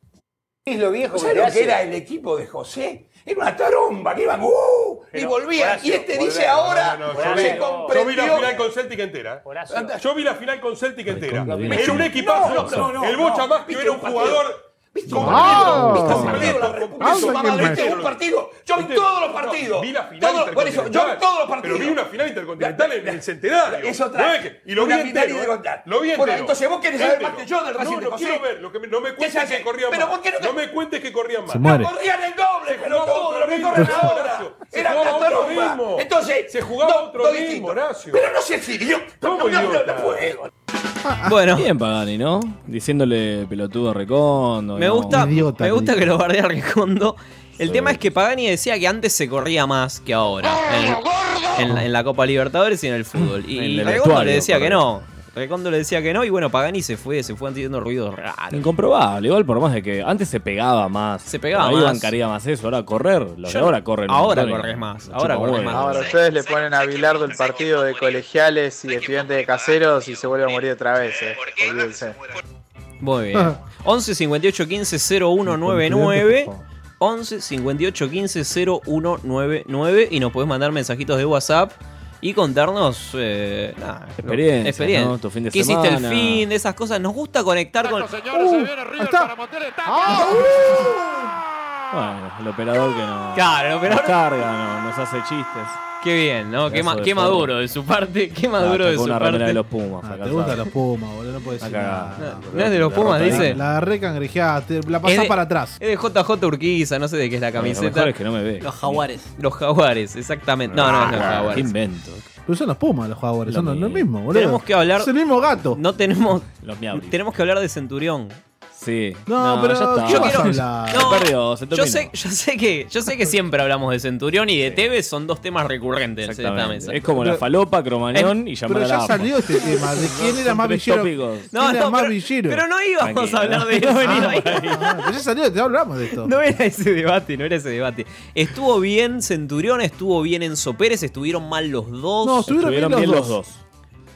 [SPEAKER 1] Es lo viejo ¿Sabes lo que era el equipo de José? Era una tarumba que iban ¡uh! y volvían. y este dice ahora se
[SPEAKER 8] Yo vi
[SPEAKER 1] comprendió.
[SPEAKER 8] la final con Celtic entera. ¿eh? Yo vi la final con Celtic entera. Era un equipazo.
[SPEAKER 1] No, no, no,
[SPEAKER 8] el Bocha
[SPEAKER 1] no.
[SPEAKER 8] más que
[SPEAKER 1] ¿Viste
[SPEAKER 8] era un
[SPEAKER 1] un partido?
[SPEAKER 8] jugador.
[SPEAKER 1] ¿Viste un
[SPEAKER 6] Ah,
[SPEAKER 1] partido? ¿Viste un
[SPEAKER 6] ah,
[SPEAKER 1] partido?
[SPEAKER 8] ah,
[SPEAKER 1] La
[SPEAKER 8] ah,
[SPEAKER 1] recuperación.
[SPEAKER 8] ah,
[SPEAKER 1] Mamá, ¿Viste
[SPEAKER 8] ah,
[SPEAKER 1] un partido? Yo vi
[SPEAKER 8] ¿Viste?
[SPEAKER 1] todos los
[SPEAKER 8] No,
[SPEAKER 1] partidos.
[SPEAKER 8] vi la final
[SPEAKER 1] Todos- Por eso, yo
[SPEAKER 8] intercontinental,
[SPEAKER 1] vi todos los
[SPEAKER 8] Pero
[SPEAKER 1] partidos.
[SPEAKER 8] vi una final intercontinental en el centenario.
[SPEAKER 1] Es otra.
[SPEAKER 8] No es que- y lo
[SPEAKER 1] Una
[SPEAKER 8] vi
[SPEAKER 1] final
[SPEAKER 8] entero. ¿eh?
[SPEAKER 1] intercontinental.
[SPEAKER 8] Lo vi
[SPEAKER 1] Bueno,
[SPEAKER 8] entero.
[SPEAKER 1] entonces vos querés saber
[SPEAKER 8] Entero.
[SPEAKER 1] más que yo del Racing
[SPEAKER 8] No,
[SPEAKER 1] de
[SPEAKER 8] no
[SPEAKER 1] José.
[SPEAKER 8] quiero ver. Lo que me- no me
[SPEAKER 1] Ya
[SPEAKER 8] cuentes
[SPEAKER 1] sé.
[SPEAKER 8] que corrían
[SPEAKER 1] Pero
[SPEAKER 8] más.
[SPEAKER 1] vos qué no te-
[SPEAKER 8] No me cuentes que corrían más.
[SPEAKER 6] Se muere.
[SPEAKER 1] Corrían el doble, pero
[SPEAKER 8] jugaba
[SPEAKER 1] todo
[SPEAKER 8] otro
[SPEAKER 1] lo que
[SPEAKER 8] mismo,
[SPEAKER 1] corren
[SPEAKER 8] Horacio.
[SPEAKER 1] ahora.
[SPEAKER 8] Se
[SPEAKER 1] Era
[SPEAKER 8] jugaba
[SPEAKER 1] una
[SPEAKER 8] otro
[SPEAKER 1] tarumba.
[SPEAKER 8] mismo.
[SPEAKER 1] Entonces,
[SPEAKER 8] Se jugaba
[SPEAKER 1] no-
[SPEAKER 8] otro
[SPEAKER 1] no
[SPEAKER 8] mismo,
[SPEAKER 1] distinto.
[SPEAKER 8] Horacio.
[SPEAKER 1] Pero no se siguió.
[SPEAKER 8] ¿Cómo
[SPEAKER 1] No, no, no,
[SPEAKER 8] idiota?
[SPEAKER 1] no puedo.
[SPEAKER 3] Bueno,
[SPEAKER 5] Ah, Bien Pagani, ¿no? Diciéndole pelotudo a recondo.
[SPEAKER 3] me
[SPEAKER 5] ¿no?
[SPEAKER 3] gusta,
[SPEAKER 6] Idiota,
[SPEAKER 3] me gusta
[SPEAKER 6] tío.
[SPEAKER 3] que lo bardea Recondo. El tema es que Pagani decía que antes se corría más que ahora. En, en la- en la Copa Libertadores y en el fútbol.
[SPEAKER 5] En
[SPEAKER 3] Y
[SPEAKER 5] el
[SPEAKER 3] Recondo le
[SPEAKER 5] vestuario,
[SPEAKER 3] decía que no. Recondo le decía que no, y bueno, Pagani se fue, se fue haciendo ruidos raros.
[SPEAKER 5] Incomprobable, igual por más de que antes se pegaba más. Se
[SPEAKER 3] pegaba
[SPEAKER 5] ahí
[SPEAKER 3] más.
[SPEAKER 5] bancaría más eso, ahora correr. Los de
[SPEAKER 3] Yo-
[SPEAKER 5] ahora corren. un
[SPEAKER 3] ahora
[SPEAKER 5] montón y-
[SPEAKER 3] corres más,
[SPEAKER 5] me
[SPEAKER 3] ahora
[SPEAKER 5] chupa
[SPEAKER 3] corres
[SPEAKER 5] un huevo.
[SPEAKER 11] Ahora ustedes le ponen a Bilardo el partido de colegiales y de estudiantes de caseros y se vuelve a morir otra vez. Eh. Olvídense.
[SPEAKER 3] Muy
[SPEAKER 5] <laughs>
[SPEAKER 3] bien. 11 58 15 0199. 11 58 15 0199. Y nos podés mandar mensajitos de WhatsApp y contarnos. eh, nada, lo-
[SPEAKER 5] Experiencias,
[SPEAKER 3] experien-
[SPEAKER 5] ¿no? Tu fin de
[SPEAKER 3] ¿Qué hiciste
[SPEAKER 5] semana.
[SPEAKER 3] el fin? De esas cosas. Nos gusta conectar con.
[SPEAKER 5] Bueno, el operador que no.
[SPEAKER 3] Claro, el operador-
[SPEAKER 5] Nos carga, no, nos hace chistes.
[SPEAKER 3] Qué bien, ¿no? Qué, ma-
[SPEAKER 5] Pedazo de
[SPEAKER 3] qué
[SPEAKER 5] forro.
[SPEAKER 3] maduro de su parte. Qué maduro
[SPEAKER 5] Ah,
[SPEAKER 3] de
[SPEAKER 5] sacó
[SPEAKER 3] su
[SPEAKER 5] una
[SPEAKER 3] parte.
[SPEAKER 5] remera de los Pumas.
[SPEAKER 3] Ah,
[SPEAKER 5] acá
[SPEAKER 2] Te
[SPEAKER 5] atrás.
[SPEAKER 2] gustan los Pumas, boludo. No puedes decir
[SPEAKER 5] Acá.
[SPEAKER 2] nada.
[SPEAKER 3] No es de los Pumas, dice.
[SPEAKER 2] La recangrejeada, te- la
[SPEAKER 3] Es
[SPEAKER 2] pasás
[SPEAKER 3] de-
[SPEAKER 2] para atrás.
[SPEAKER 3] Es de JJ Urquiza, no sé de qué es la camiseta.
[SPEAKER 5] mejor es que no me ve.
[SPEAKER 3] Los jaguares. Los jaguares, exactamente. No, no, no, los jaguares.
[SPEAKER 5] Ah, Qué invento.
[SPEAKER 2] Pero son los Pumas los jugadores,
[SPEAKER 3] Lo
[SPEAKER 2] son los- lo mismo, boludo.
[SPEAKER 3] Tenemos que hablar.
[SPEAKER 2] Es el mismo gato.
[SPEAKER 3] No tenemos.
[SPEAKER 5] Los
[SPEAKER 3] Tenemos que hablar de Centurión.
[SPEAKER 5] Sí.
[SPEAKER 2] No, pero
[SPEAKER 3] ya está.
[SPEAKER 2] ¿qué
[SPEAKER 3] Yo
[SPEAKER 2] vas a
[SPEAKER 3] quiero-
[SPEAKER 2] hablar?
[SPEAKER 3] No,
[SPEAKER 5] Se perdió, se
[SPEAKER 3] yo
[SPEAKER 5] terminó.
[SPEAKER 3] sé, yo sé que, yo sé que siempre hablamos de Centurión y de Tevez son dos temas recurrentes en esta
[SPEAKER 5] Exactamente.
[SPEAKER 3] mesa.
[SPEAKER 5] Es como la falopa, cromañón y llamar
[SPEAKER 2] Eh, Pero
[SPEAKER 5] a la
[SPEAKER 2] ya
[SPEAKER 5] AFA.
[SPEAKER 2] salió este tema. ¿De quién era
[SPEAKER 5] Son
[SPEAKER 2] más
[SPEAKER 5] tres
[SPEAKER 2] villero?
[SPEAKER 5] tópicos.
[SPEAKER 2] ¿Quién
[SPEAKER 3] Ah, No,
[SPEAKER 2] era
[SPEAKER 3] no,
[SPEAKER 2] más
[SPEAKER 3] pero-
[SPEAKER 2] villero?
[SPEAKER 3] pero no íbamos
[SPEAKER 5] Tranquilo.
[SPEAKER 3] a hablar de eso, vení,
[SPEAKER 2] Ah,
[SPEAKER 3] ahí.
[SPEAKER 2] ah, pero ya salió, te hablamos de esto.
[SPEAKER 3] No era ese debate, no era ese debate. Estuvo bien Centurión, estuvo bien Enzo Pérez, estuvieron mal los dos.
[SPEAKER 2] No, estuvieron bien los dos.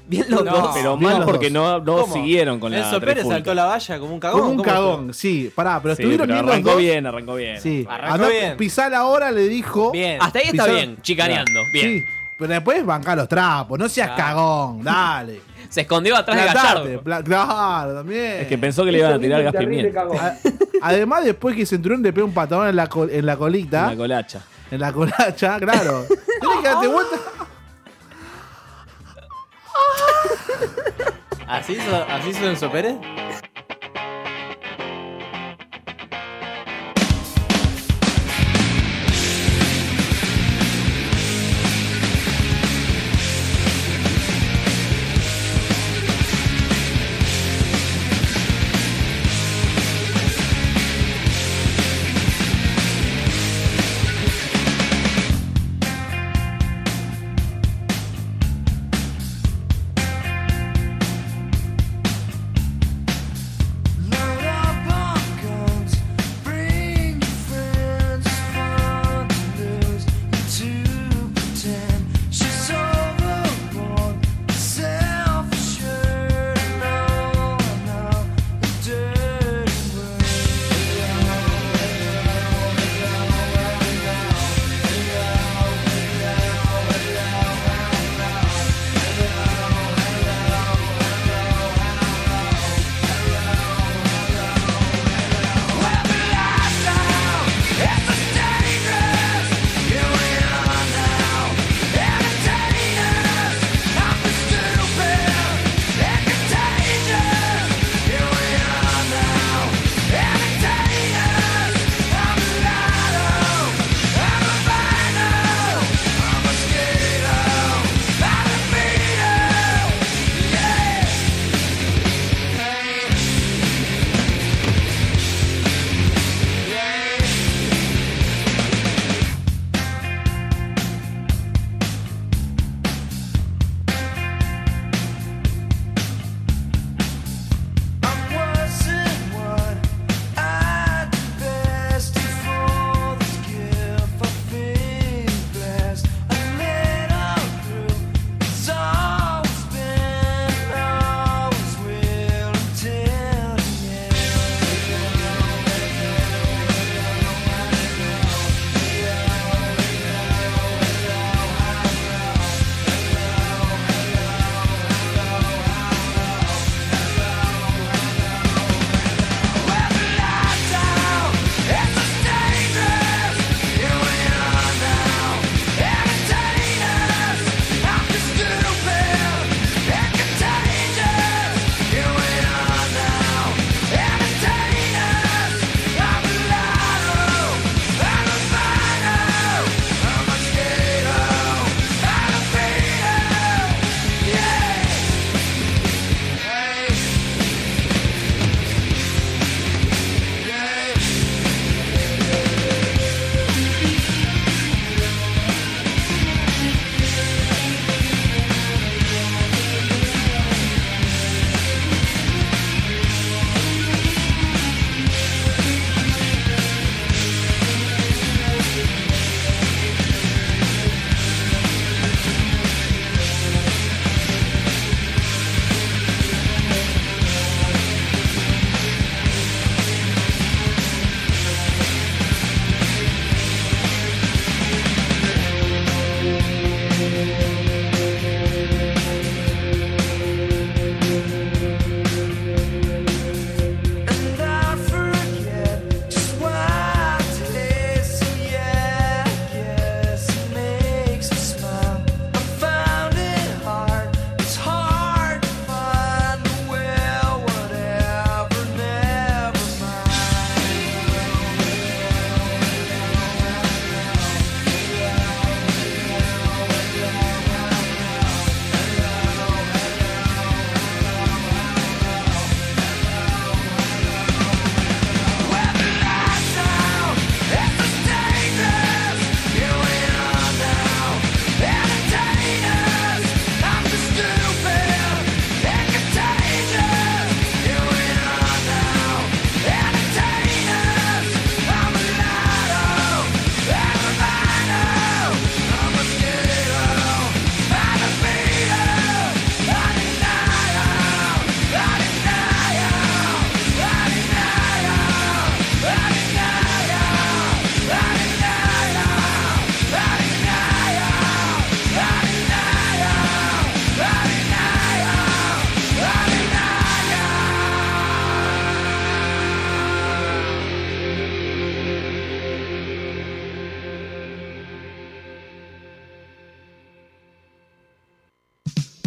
[SPEAKER 3] Bien los
[SPEAKER 5] No,
[SPEAKER 3] dos.
[SPEAKER 5] Pero
[SPEAKER 2] Bien
[SPEAKER 5] mal
[SPEAKER 2] los
[SPEAKER 5] porque
[SPEAKER 2] dos.
[SPEAKER 5] no, no
[SPEAKER 3] ¿Cómo?
[SPEAKER 5] siguieron con la
[SPEAKER 4] Enzo Pérez
[SPEAKER 5] trifulca.
[SPEAKER 4] saltó la valla como un cagón.
[SPEAKER 2] Como un
[SPEAKER 4] ¿cómo fue?
[SPEAKER 2] cagón, sí. Pará, pero
[SPEAKER 5] Sí,
[SPEAKER 2] estuvieron
[SPEAKER 5] pero
[SPEAKER 2] bien los
[SPEAKER 5] arrancó
[SPEAKER 2] dos.
[SPEAKER 5] bien, arrancó bien.
[SPEAKER 2] Sí.
[SPEAKER 4] Arrancó
[SPEAKER 2] Andá,
[SPEAKER 4] bien.
[SPEAKER 2] Pizarro ahora le dijo.
[SPEAKER 4] Bien.
[SPEAKER 3] Hasta ahí está
[SPEAKER 2] Pizarro-
[SPEAKER 3] bien, chicaneando. Bien.
[SPEAKER 2] Sí, pero después bancar los trapos. No seas
[SPEAKER 3] <laughs>
[SPEAKER 2] cagón, dale.
[SPEAKER 3] Se escondió atrás de
[SPEAKER 2] Plantarte,
[SPEAKER 3] Gallardo.
[SPEAKER 2] pla- Claro, también.
[SPEAKER 5] Es que pensó que le iban a tirar gas pimienta.
[SPEAKER 2] A- Además, después que Centurión le pega un patadón en la, col- en la colita,
[SPEAKER 5] Una colacha.
[SPEAKER 2] en la colacha,
[SPEAKER 5] <laughs>
[SPEAKER 2] claro. Tenés que darte vuelta.
[SPEAKER 4] ¿Así hizo, así hizo Enzo Pérez?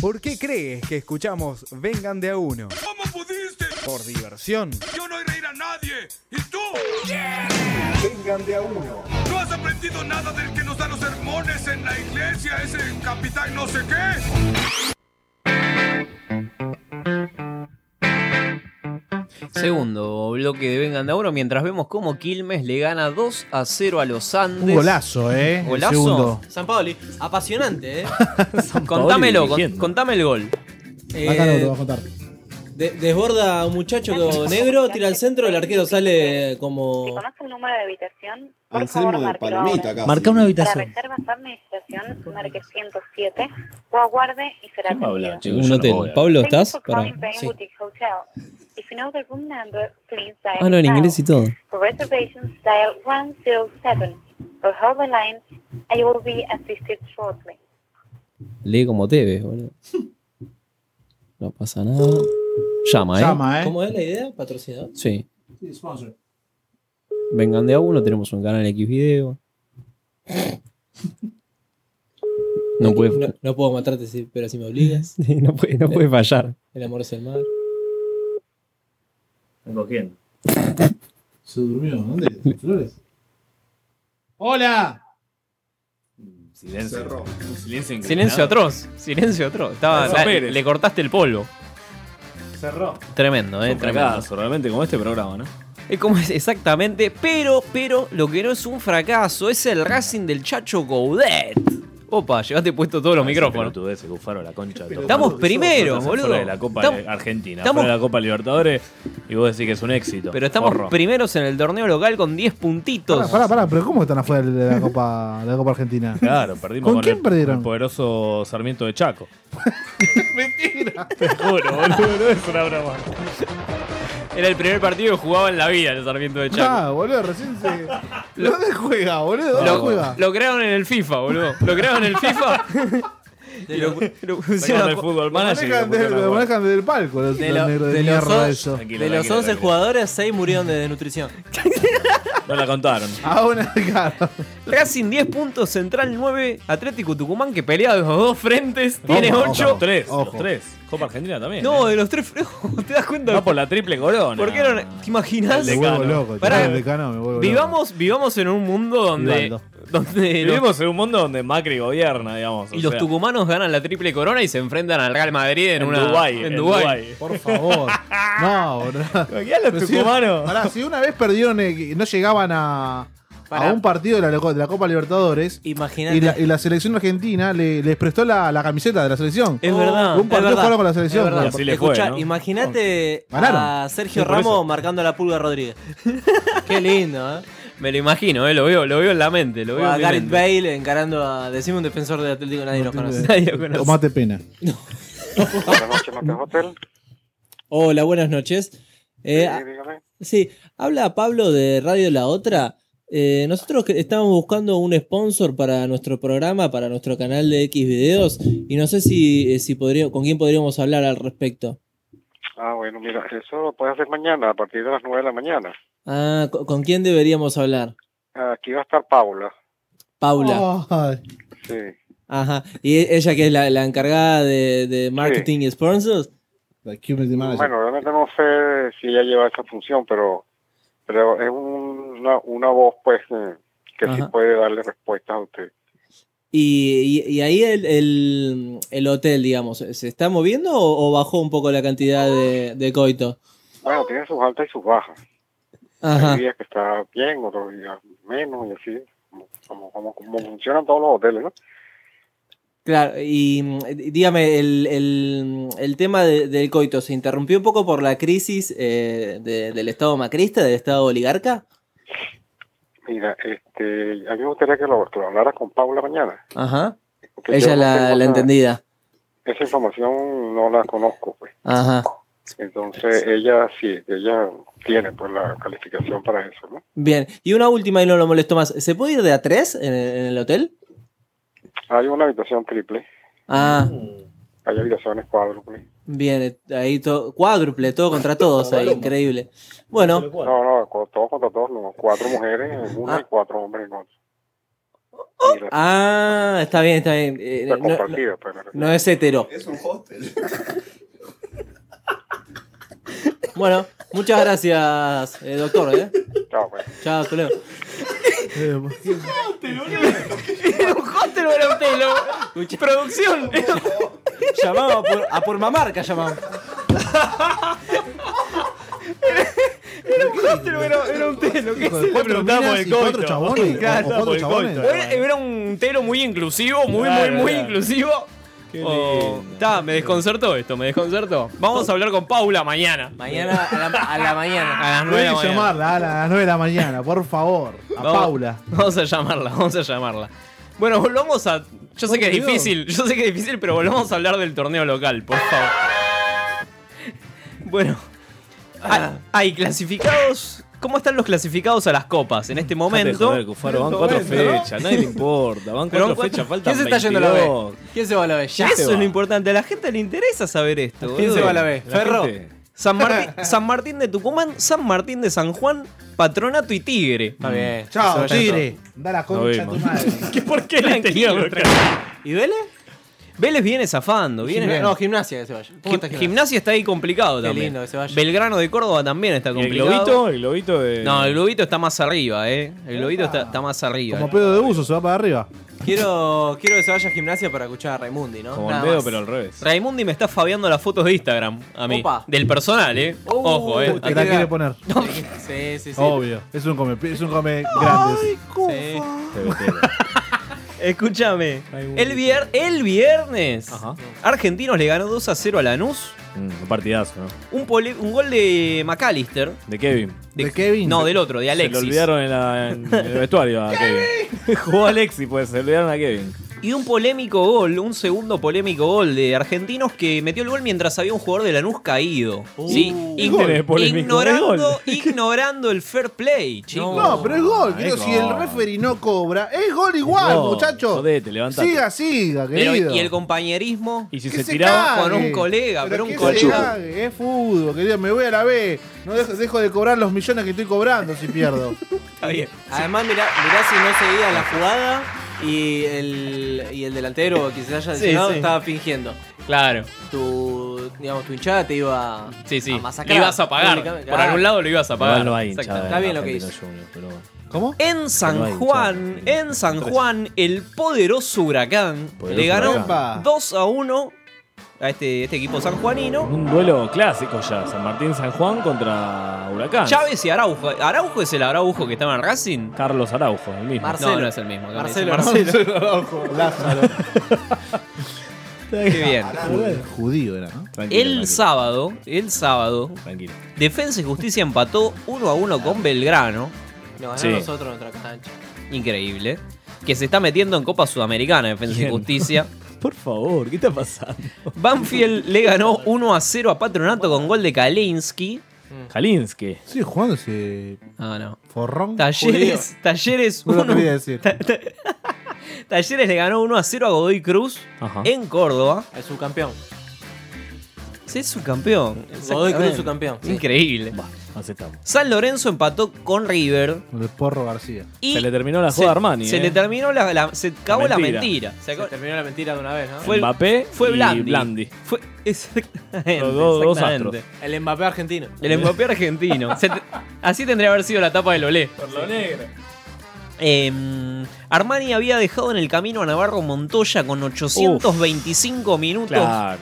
[SPEAKER 12] ¿Por qué crees que escuchamos Vengan de a uno? ¿Cómo pudiste? Por diversión.
[SPEAKER 13] Yo no he reír a nadie. ¿Y tú?
[SPEAKER 14] Vengan de a uno.
[SPEAKER 13] No has aprendido nada del que nos da los sermones en la iglesia, ese capitán no sé qué.
[SPEAKER 3] Segundo bloque de Vengan de Oro, mientras vemos cómo Quilmes le gana 2 a 0 a los Andes.
[SPEAKER 2] Un golazo, ¿eh? El
[SPEAKER 3] Golazo.
[SPEAKER 2] segundo.
[SPEAKER 4] San Paoli,
[SPEAKER 2] <laughs>
[SPEAKER 4] apasionante, ¿eh?
[SPEAKER 3] Contámelo, con- contame el gol.
[SPEAKER 4] Eh, de- desborda a un muchacho negro, tira al centro, el arquero sale como.
[SPEAKER 15] ¿Conoce el número de habitación?
[SPEAKER 4] Anselmo de
[SPEAKER 15] Palomita,
[SPEAKER 4] acá.
[SPEAKER 15] Marca
[SPEAKER 4] una
[SPEAKER 15] Para reservas de administración, marque 107 o aguarde y será atendido.
[SPEAKER 3] Un hotel. Pablo, ¿estás? Pará.
[SPEAKER 15] Calling Bain Boutique Hotel. If you know the room number, please dial
[SPEAKER 3] Ah, no, en
[SPEAKER 15] now.
[SPEAKER 3] inglés y todo.
[SPEAKER 15] For reservations, dial 107 or hold the line and you will be assisted shortly.
[SPEAKER 3] Lee como te ves, boludo. No pasa nada. Llama, ¿eh?
[SPEAKER 4] ¿Cómo es la idea? ¿Patrocinador?
[SPEAKER 3] Sí.
[SPEAKER 4] Sí, sponsor.
[SPEAKER 3] Vengan de a uno, tenemos un canal X video. <laughs> No puede,
[SPEAKER 4] No, no puedo matarte, sí, pero si me obligas.
[SPEAKER 3] no puede, no puede fallar.
[SPEAKER 4] El amor es el mar.
[SPEAKER 5] cogiendo.
[SPEAKER 2] Se durmió. ¿Dónde? ¿Flores? ¡Hola!
[SPEAKER 5] Silencio. Silencio, incriminado.
[SPEAKER 3] Silencio atroz, silencio atroz. Estaba,
[SPEAKER 5] Lorenzo
[SPEAKER 3] la-
[SPEAKER 5] Pérez.
[SPEAKER 3] le cortaste el polvo.
[SPEAKER 2] Cerró.
[SPEAKER 3] Tremendo, eh,
[SPEAKER 5] Un
[SPEAKER 3] tremendo.
[SPEAKER 5] fracaso, realmente, como este programa, ¿no?
[SPEAKER 3] Es como es exactamente, pero, pero, lo que no es un fracaso es el Racing del Chacho Goudet. Opa, llevaste puesto todos los micrófonos.
[SPEAKER 5] Ese Cufaro, la concha de todo.
[SPEAKER 3] Estamos
[SPEAKER 5] Nosotros
[SPEAKER 3] primeros,
[SPEAKER 5] fuera
[SPEAKER 3] boludo.
[SPEAKER 5] de la Copa
[SPEAKER 3] Estamos-
[SPEAKER 5] de Argentina,
[SPEAKER 3] estamos-
[SPEAKER 5] fuera de la Copa Libertadores, y vos decís que es un éxito.
[SPEAKER 3] Pero estamos
[SPEAKER 5] Porro.
[SPEAKER 3] primeros en el torneo local con 10 puntitos.
[SPEAKER 2] Pará, pará, pará, pero ¿cómo están afuera de la Copa, de la Copa Argentina?
[SPEAKER 5] Claro, perdimos
[SPEAKER 2] ¿Con
[SPEAKER 5] con,
[SPEAKER 2] quién
[SPEAKER 5] el,
[SPEAKER 2] perdieron?
[SPEAKER 5] con el poderoso Sarmiento
[SPEAKER 2] <laughs>
[SPEAKER 5] de Chaco. Mentira. Te juro, boludo, no es una
[SPEAKER 3] <laughs>
[SPEAKER 5] broma.
[SPEAKER 3] Era el primer partido que jugaba en la vida el Sarmiento de Chaco.
[SPEAKER 2] Ah, boludo, recién se. ¿Dónde juega, boludo? ¿Dónde
[SPEAKER 3] Lo,
[SPEAKER 2] juega?
[SPEAKER 3] lo crearon en el FIFA, boludo. Lo crearon en el <laughs> FIFA. y lo, lo pusieron
[SPEAKER 5] Sacaron del fútbol manager.
[SPEAKER 2] Manejan de- Lo manejan desde el palco, los,
[SPEAKER 4] De,
[SPEAKER 2] los
[SPEAKER 4] lo-
[SPEAKER 2] negros de,
[SPEAKER 4] de los,
[SPEAKER 2] mierda
[SPEAKER 4] on-
[SPEAKER 2] esos.
[SPEAKER 4] de los 11 jugadores, 6 murieron de desnutrición.
[SPEAKER 5] No la contaron.
[SPEAKER 2] Ahora,
[SPEAKER 3] Racing 10 puntos, Central 9, Atlético Tucumán que pelea de los dos frentes, tiene
[SPEAKER 5] Ojo,
[SPEAKER 3] 8.
[SPEAKER 5] Los tres, los tres. Copa Argentina también.
[SPEAKER 3] No, eh,
[SPEAKER 5] ¿eh?
[SPEAKER 3] de los tres <laughs> no, ¿te das cuenta?
[SPEAKER 5] Va por la triple corona.
[SPEAKER 3] ¿Por qué no? ¿Te imaginas?
[SPEAKER 5] El decano. Me vuelvo loco,
[SPEAKER 3] Pará,
[SPEAKER 5] chaval, el
[SPEAKER 2] decano me vuelvo
[SPEAKER 3] vivamos, vivamos en un mundo donde.
[SPEAKER 5] Vivaldo.
[SPEAKER 3] donde los-
[SPEAKER 5] Vivimos en un mundo donde Macri gobierna, digamos.
[SPEAKER 3] y los tucumanos ganan la triple corona y se enfrentan al Real Madrid en,
[SPEAKER 5] En
[SPEAKER 3] una.
[SPEAKER 5] Dubái,
[SPEAKER 3] En
[SPEAKER 5] en
[SPEAKER 3] Dubái.
[SPEAKER 5] Dubái.
[SPEAKER 2] Por favor. No, boludo.
[SPEAKER 5] ¿Qué los
[SPEAKER 2] Pero si-
[SPEAKER 5] tucumanos?
[SPEAKER 2] Pará, si una vez perdieron, eh, que no llegaban a.
[SPEAKER 4] Pará.
[SPEAKER 2] A un partido de la, de la Copa Libertadores
[SPEAKER 4] Imagínate.
[SPEAKER 2] y la, y la selección argentina le- les prestó la, la camiseta de la selección.
[SPEAKER 4] Es verdad.
[SPEAKER 2] Un
[SPEAKER 4] es
[SPEAKER 2] partido
[SPEAKER 4] verdad,
[SPEAKER 2] jugaron con la
[SPEAKER 4] es
[SPEAKER 2] selección.
[SPEAKER 4] verdad.
[SPEAKER 2] boludo.
[SPEAKER 4] Escuchá, Imagínate a
[SPEAKER 2] Ganaron.
[SPEAKER 4] Sergio
[SPEAKER 2] Sí, por eso.
[SPEAKER 4] Ramos marcando a la pulga a Rodríguez.
[SPEAKER 2] <laughs>
[SPEAKER 4] Qué lindo, ¿eh?
[SPEAKER 3] Me lo imagino, eh, lo veo, lo veo en la mente, lo
[SPEAKER 4] O
[SPEAKER 3] veo
[SPEAKER 4] a
[SPEAKER 3] en mi
[SPEAKER 4] Gareth
[SPEAKER 3] mente.
[SPEAKER 4] Bale encarando a. Decime un defensor de Atlético, nadie nos conoce.
[SPEAKER 3] Nadie lo conoce.
[SPEAKER 2] Tomate pena.
[SPEAKER 9] Buenas noches, Macas Hotel.
[SPEAKER 4] Hola, buenas noches. Eh,
[SPEAKER 9] Sí,
[SPEAKER 4] a-
[SPEAKER 9] dígame.
[SPEAKER 4] Sí, habla Pablo de Radio La Otra. Eh, nosotros que- estamos buscando un sponsor para nuestro programa, para nuestro canal de X videos, y no sé si, eh, si podría, con quién podríamos hablar al respecto.
[SPEAKER 9] Ah, bueno, mira, eso lo puedes hacer mañana, a partir de las 9 de la mañana.
[SPEAKER 4] Ah, co- ¿con quién deberíamos hablar?
[SPEAKER 9] Aquí va a estar Paula.
[SPEAKER 4] Paula.
[SPEAKER 9] Sí.
[SPEAKER 4] Ajá. ¿Y e- ella que es la, la encargada de, de marketing y sponsors?
[SPEAKER 9] Bueno, realmente no sé si ella lleva esa función, pero, pero es un- una, una voz, pues, eh, que sí
[SPEAKER 4] Ajá.
[SPEAKER 9] puede darle respuesta a usted.
[SPEAKER 4] Y, y- y ahí el, el- el hotel, digamos, ¿se está moviendo o, o bajó un poco la cantidad de, de coito?
[SPEAKER 9] Bueno, tiene sus altas y sus bajas.
[SPEAKER 4] Ajá.
[SPEAKER 9] Hay días que está bien, otros días menos, y así, como, como, como, como funcionan todos los hoteles, ¿no?
[SPEAKER 4] Claro, y mm, d- dígame, el, el- el tema de- del coito, ¿se interrumpió un poco por la crisis eh, de- del Estado macrista, del Estado oligarca?
[SPEAKER 9] Mira, este, a mí me gustaría que lo, que lo hablaras con Paula mañana.
[SPEAKER 4] Ajá.
[SPEAKER 9] porque yo
[SPEAKER 4] Ella
[SPEAKER 9] no tengo
[SPEAKER 4] la, la
[SPEAKER 9] nada.
[SPEAKER 4] entendida.
[SPEAKER 9] Esa información no la conozco, pues.
[SPEAKER 4] Ajá.
[SPEAKER 9] Entonces, ella sí, ella tiene pues la calificación para eso, ¿no?
[SPEAKER 4] Bien, y una última y no lo molesto más. ¿Se puede ir de a tres en el, en el hotel?
[SPEAKER 9] Hay una habitación triple,
[SPEAKER 4] Ah,
[SPEAKER 9] hay habitaciones cuádruples.
[SPEAKER 4] bien, eh, ahí todo, cuádruple, todo contra todos, ahí, increíble.
[SPEAKER 16] <laughs>
[SPEAKER 4] Bueno,
[SPEAKER 9] No, no, con- todos contra todos, no, cuatro mujeres en una y cuatro hombres en otra.
[SPEAKER 16] Ah, está bien, está bien. Eh,
[SPEAKER 9] Está
[SPEAKER 16] no-
[SPEAKER 9] compartido,
[SPEAKER 16] no,
[SPEAKER 9] pero-
[SPEAKER 16] no es hetero.
[SPEAKER 9] Es un hostel.
[SPEAKER 16] Bueno, muchas gracias, eh, doctor. ¿eh?
[SPEAKER 9] Chao, pues.
[SPEAKER 16] Chao, hasta luego.
[SPEAKER 3] Era un hostel o era un telo. <laughs> Producción.
[SPEAKER 4] Llamaba por, a por mamarca, llamaba.
[SPEAKER 3] Era un hostel o era, era un telo. ¿Qué
[SPEAKER 2] Hijo
[SPEAKER 3] es
[SPEAKER 2] de
[SPEAKER 3] eso?
[SPEAKER 2] cuatro minas y cuatro chabones, o cuatro
[SPEAKER 3] por el
[SPEAKER 2] chabones.
[SPEAKER 3] coito. Era, era un telo muy inclusivo, muy,
[SPEAKER 4] Claro,
[SPEAKER 3] muy, muy
[SPEAKER 4] claro.
[SPEAKER 3] inclusivo. O- Está, me desconcertó esto, me desconcertó. Vamos a hablar con Paula mañana.
[SPEAKER 4] Mañana a la, mañana.
[SPEAKER 3] A las 9
[SPEAKER 2] Voy
[SPEAKER 3] de la
[SPEAKER 2] a
[SPEAKER 3] mañana.
[SPEAKER 2] llamarla a las 9 de la mañana, por favor. A
[SPEAKER 3] Vamos-
[SPEAKER 2] Paula.
[SPEAKER 3] <laughs> Vamos a llamarla, vamos a llamarla. Bueno, volvamos a. Yo sé que es
[SPEAKER 2] Dios.
[SPEAKER 3] difícil, yo sé que es difícil, pero volvamos a hablar del torneo local, por favor. Bueno. Ah, Hay clasificados. ¿Cómo están los clasificados a las copas en este
[SPEAKER 5] Dejate de
[SPEAKER 3] momento?
[SPEAKER 5] joder, Cufaro, van cuatro fechas, a nadie le importa, van
[SPEAKER 3] Pero
[SPEAKER 5] cuatro
[SPEAKER 3] cuatro-
[SPEAKER 5] fechas, faltan
[SPEAKER 4] ¿Quién se está yendo a la B?
[SPEAKER 5] 22.
[SPEAKER 4] ¿Quién se va a la B? Ya se
[SPEAKER 3] Eso es
[SPEAKER 4] va.
[SPEAKER 3] lo importante, a la gente le interesa saber esto.
[SPEAKER 4] ¿Quién se
[SPEAKER 3] boludo.
[SPEAKER 4] va a la B? La Ferro. gente.
[SPEAKER 3] San Martín, San Martín de Tucumán, San Martín de San Juan, Patronato y Tigre. Está bien.
[SPEAKER 2] Chao, Tigre. Da la concha a tu madre.
[SPEAKER 3] ¿Por <laughs> qué la quiero? ¿Y Vélez? Vélez viene zafando. Viene,
[SPEAKER 4] Gimnasia. No, gimnasia que se vaya.
[SPEAKER 3] Gim- gimnasia está ahí complicado
[SPEAKER 4] Qué
[SPEAKER 3] también.
[SPEAKER 4] lindo que se vaya.
[SPEAKER 3] Belgrano de Córdoba también está
[SPEAKER 5] el
[SPEAKER 3] complicado.
[SPEAKER 5] globito? ¿El globito de.?
[SPEAKER 3] No, el globito está más arriba, ¿eh? El globito está, está más arriba.
[SPEAKER 2] Como pedo de uso, se va para arriba.
[SPEAKER 4] Quiero, quiero que se vaya a gimnasia para escuchar a Raimundi, ¿no?
[SPEAKER 3] Como
[SPEAKER 4] Nada
[SPEAKER 3] el dedo,
[SPEAKER 4] más.
[SPEAKER 3] pero al revés. Raimundi me está fabiando las fotos de Instagram a mí.
[SPEAKER 4] Opa. Uh,
[SPEAKER 3] Del personal, ¿eh? Ojo, ¿eh?
[SPEAKER 2] Te la quiere poner.
[SPEAKER 3] <laughs>
[SPEAKER 4] Sí, sí, sí.
[SPEAKER 3] Oh,
[SPEAKER 2] Obvio. Es un come, es un come grande.
[SPEAKER 4] Sí.
[SPEAKER 5] Este
[SPEAKER 3] Escúchame. El, vier- el viernes, Argentinos le ganó 2 a 0 a Lanús.
[SPEAKER 5] Mm, un partidazo, ¿no?
[SPEAKER 3] Un, pole- un gol de McAllister.
[SPEAKER 5] De Kevin.
[SPEAKER 3] ¿De Kevin? No, del otro, de
[SPEAKER 5] Se
[SPEAKER 3] Alexis.
[SPEAKER 5] lo olvidaron en,
[SPEAKER 4] <laughs>
[SPEAKER 5] la- en el vestuario a Kevin. <laughs> Jugó Alexis, pues se lo olvidaron a Kevin.
[SPEAKER 3] Y un polémico gol, un segundo polémico gol de argentinos que metió el gol mientras había un jugador de Lanús caído. ¿sí?
[SPEAKER 5] ¿qué tiene de polémico? Es
[SPEAKER 3] ignorando,
[SPEAKER 5] gol.
[SPEAKER 3] ignorando el fair play, chicos.
[SPEAKER 2] No, pero es gol.
[SPEAKER 3] Ah,
[SPEAKER 2] Quiero,
[SPEAKER 3] es
[SPEAKER 2] si el
[SPEAKER 3] gol.
[SPEAKER 2] referee no cobra, es gol igual,
[SPEAKER 3] gol.
[SPEAKER 2] muchachos.
[SPEAKER 5] Jodete, levantate.
[SPEAKER 2] Siga, siga,
[SPEAKER 3] Pero,
[SPEAKER 2] querido.
[SPEAKER 3] y el compañerismo.
[SPEAKER 5] Y si
[SPEAKER 2] Que se tiraba cague.
[SPEAKER 3] con un colega, pero,
[SPEAKER 2] Pero
[SPEAKER 3] un
[SPEAKER 2] que
[SPEAKER 3] colega.
[SPEAKER 2] se cague, Es fútbol, querido. Me voy a la B. No dejo, dejo de cobrar los millones que estoy cobrando
[SPEAKER 3] <laughs>
[SPEAKER 2] si pierdo.
[SPEAKER 3] Está bien.
[SPEAKER 4] Además, mirá, mirá si no seguía la jugada y el, y el delantero que se haya
[SPEAKER 3] Sí,
[SPEAKER 4] lesionado
[SPEAKER 3] sí.
[SPEAKER 4] estaba fingiendo.
[SPEAKER 3] Claro.
[SPEAKER 4] Tu, digamos, tu hinchada te iba
[SPEAKER 3] Sí, sí.
[SPEAKER 4] a
[SPEAKER 3] Lo
[SPEAKER 4] masacrar.
[SPEAKER 3] ibas a pagar.
[SPEAKER 4] Públicamente,
[SPEAKER 3] Por
[SPEAKER 4] claro.
[SPEAKER 3] algún lado lo ibas a pagar.
[SPEAKER 5] Igual no hay
[SPEAKER 3] Exacto.
[SPEAKER 5] hinchada
[SPEAKER 4] Está
[SPEAKER 5] de
[SPEAKER 4] bien lo que
[SPEAKER 5] Argentinos
[SPEAKER 4] hizo.
[SPEAKER 5] Juniors, pero bueno.
[SPEAKER 2] ¿Cómo?
[SPEAKER 3] En
[SPEAKER 5] No hay
[SPEAKER 3] San
[SPEAKER 5] hinchada,
[SPEAKER 3] Juan, en San Juan, el poderoso Huracán
[SPEAKER 5] Poderoso
[SPEAKER 3] le ganó
[SPEAKER 5] Huracán.
[SPEAKER 3] 2 a 1 a este, este equipo sanjuanino.
[SPEAKER 5] Un duelo clásico ya, San Martín San Juan contra Huracán.
[SPEAKER 3] Chávez y Araujo. ¿Araujo es el Araujo que estaba en Racing?
[SPEAKER 5] Carlos Araujo, el mismo.
[SPEAKER 3] Marcelo. No, no es el mismo.
[SPEAKER 4] Marcelo,
[SPEAKER 3] Marcelo.
[SPEAKER 4] Araujo, Lázaro.
[SPEAKER 3] Qué bien.
[SPEAKER 2] El judío era, ¿no?
[SPEAKER 3] El sábado, el sábado, Defensa y Justicia empató 1 a 1 con Belgrano.
[SPEAKER 4] Nos ganaron
[SPEAKER 3] Sí.
[SPEAKER 4] nosotros en nuestra cancha.
[SPEAKER 3] Increíble. Que se está metiendo en Copa Sudamericana, Defensa y
[SPEAKER 5] Bien.
[SPEAKER 3] Justicia.
[SPEAKER 5] Por favor, ¿qué está pasando?
[SPEAKER 3] Banfield le ganó 1 a 0 a Patronato con gol de Kalinski.
[SPEAKER 5] Kalinski.
[SPEAKER 2] Sigue jugando ese
[SPEAKER 3] Ah, no.
[SPEAKER 2] forrón.
[SPEAKER 3] Talleres,
[SPEAKER 2] judío.
[SPEAKER 3] talleres
[SPEAKER 2] No lo
[SPEAKER 3] 1.
[SPEAKER 2] quería decir.
[SPEAKER 3] Talleres le ganó 1 a 0 a Godoy Cruz
[SPEAKER 5] Ajá.
[SPEAKER 3] en Córdoba.
[SPEAKER 4] El subcampeón.
[SPEAKER 3] Sí, es subcampeón.
[SPEAKER 4] Godoy Cruz
[SPEAKER 3] Exactamente.
[SPEAKER 4] subcampeón, sí.
[SPEAKER 3] Increíble.
[SPEAKER 5] Aceptamos.
[SPEAKER 3] San Lorenzo empató con River.
[SPEAKER 2] El porro García.
[SPEAKER 3] Y
[SPEAKER 5] se le terminó la joda a Armani.
[SPEAKER 3] Se
[SPEAKER 5] eh.
[SPEAKER 3] le terminó la, la- se acabó la
[SPEAKER 5] mentira.
[SPEAKER 3] mentira. Se acabó-
[SPEAKER 4] terminó la mentira de una vez, ¿no?
[SPEAKER 3] fue-
[SPEAKER 5] Mbappé
[SPEAKER 3] fue
[SPEAKER 5] y
[SPEAKER 3] Blandi.
[SPEAKER 5] Blandi.
[SPEAKER 3] Fue <laughs> exactamente.
[SPEAKER 5] Los dos- dos
[SPEAKER 3] exactamente.
[SPEAKER 5] astros.
[SPEAKER 4] El Mbappé argentino.
[SPEAKER 3] El Mbappé argentino.
[SPEAKER 5] <laughs>
[SPEAKER 3] Se te- así tendría que haber sido la tapa del Olé.
[SPEAKER 5] Por lo negro.
[SPEAKER 3] Eh, Armani había dejado en el camino a Navarro Montoya con 825 minutos.
[SPEAKER 5] Claro.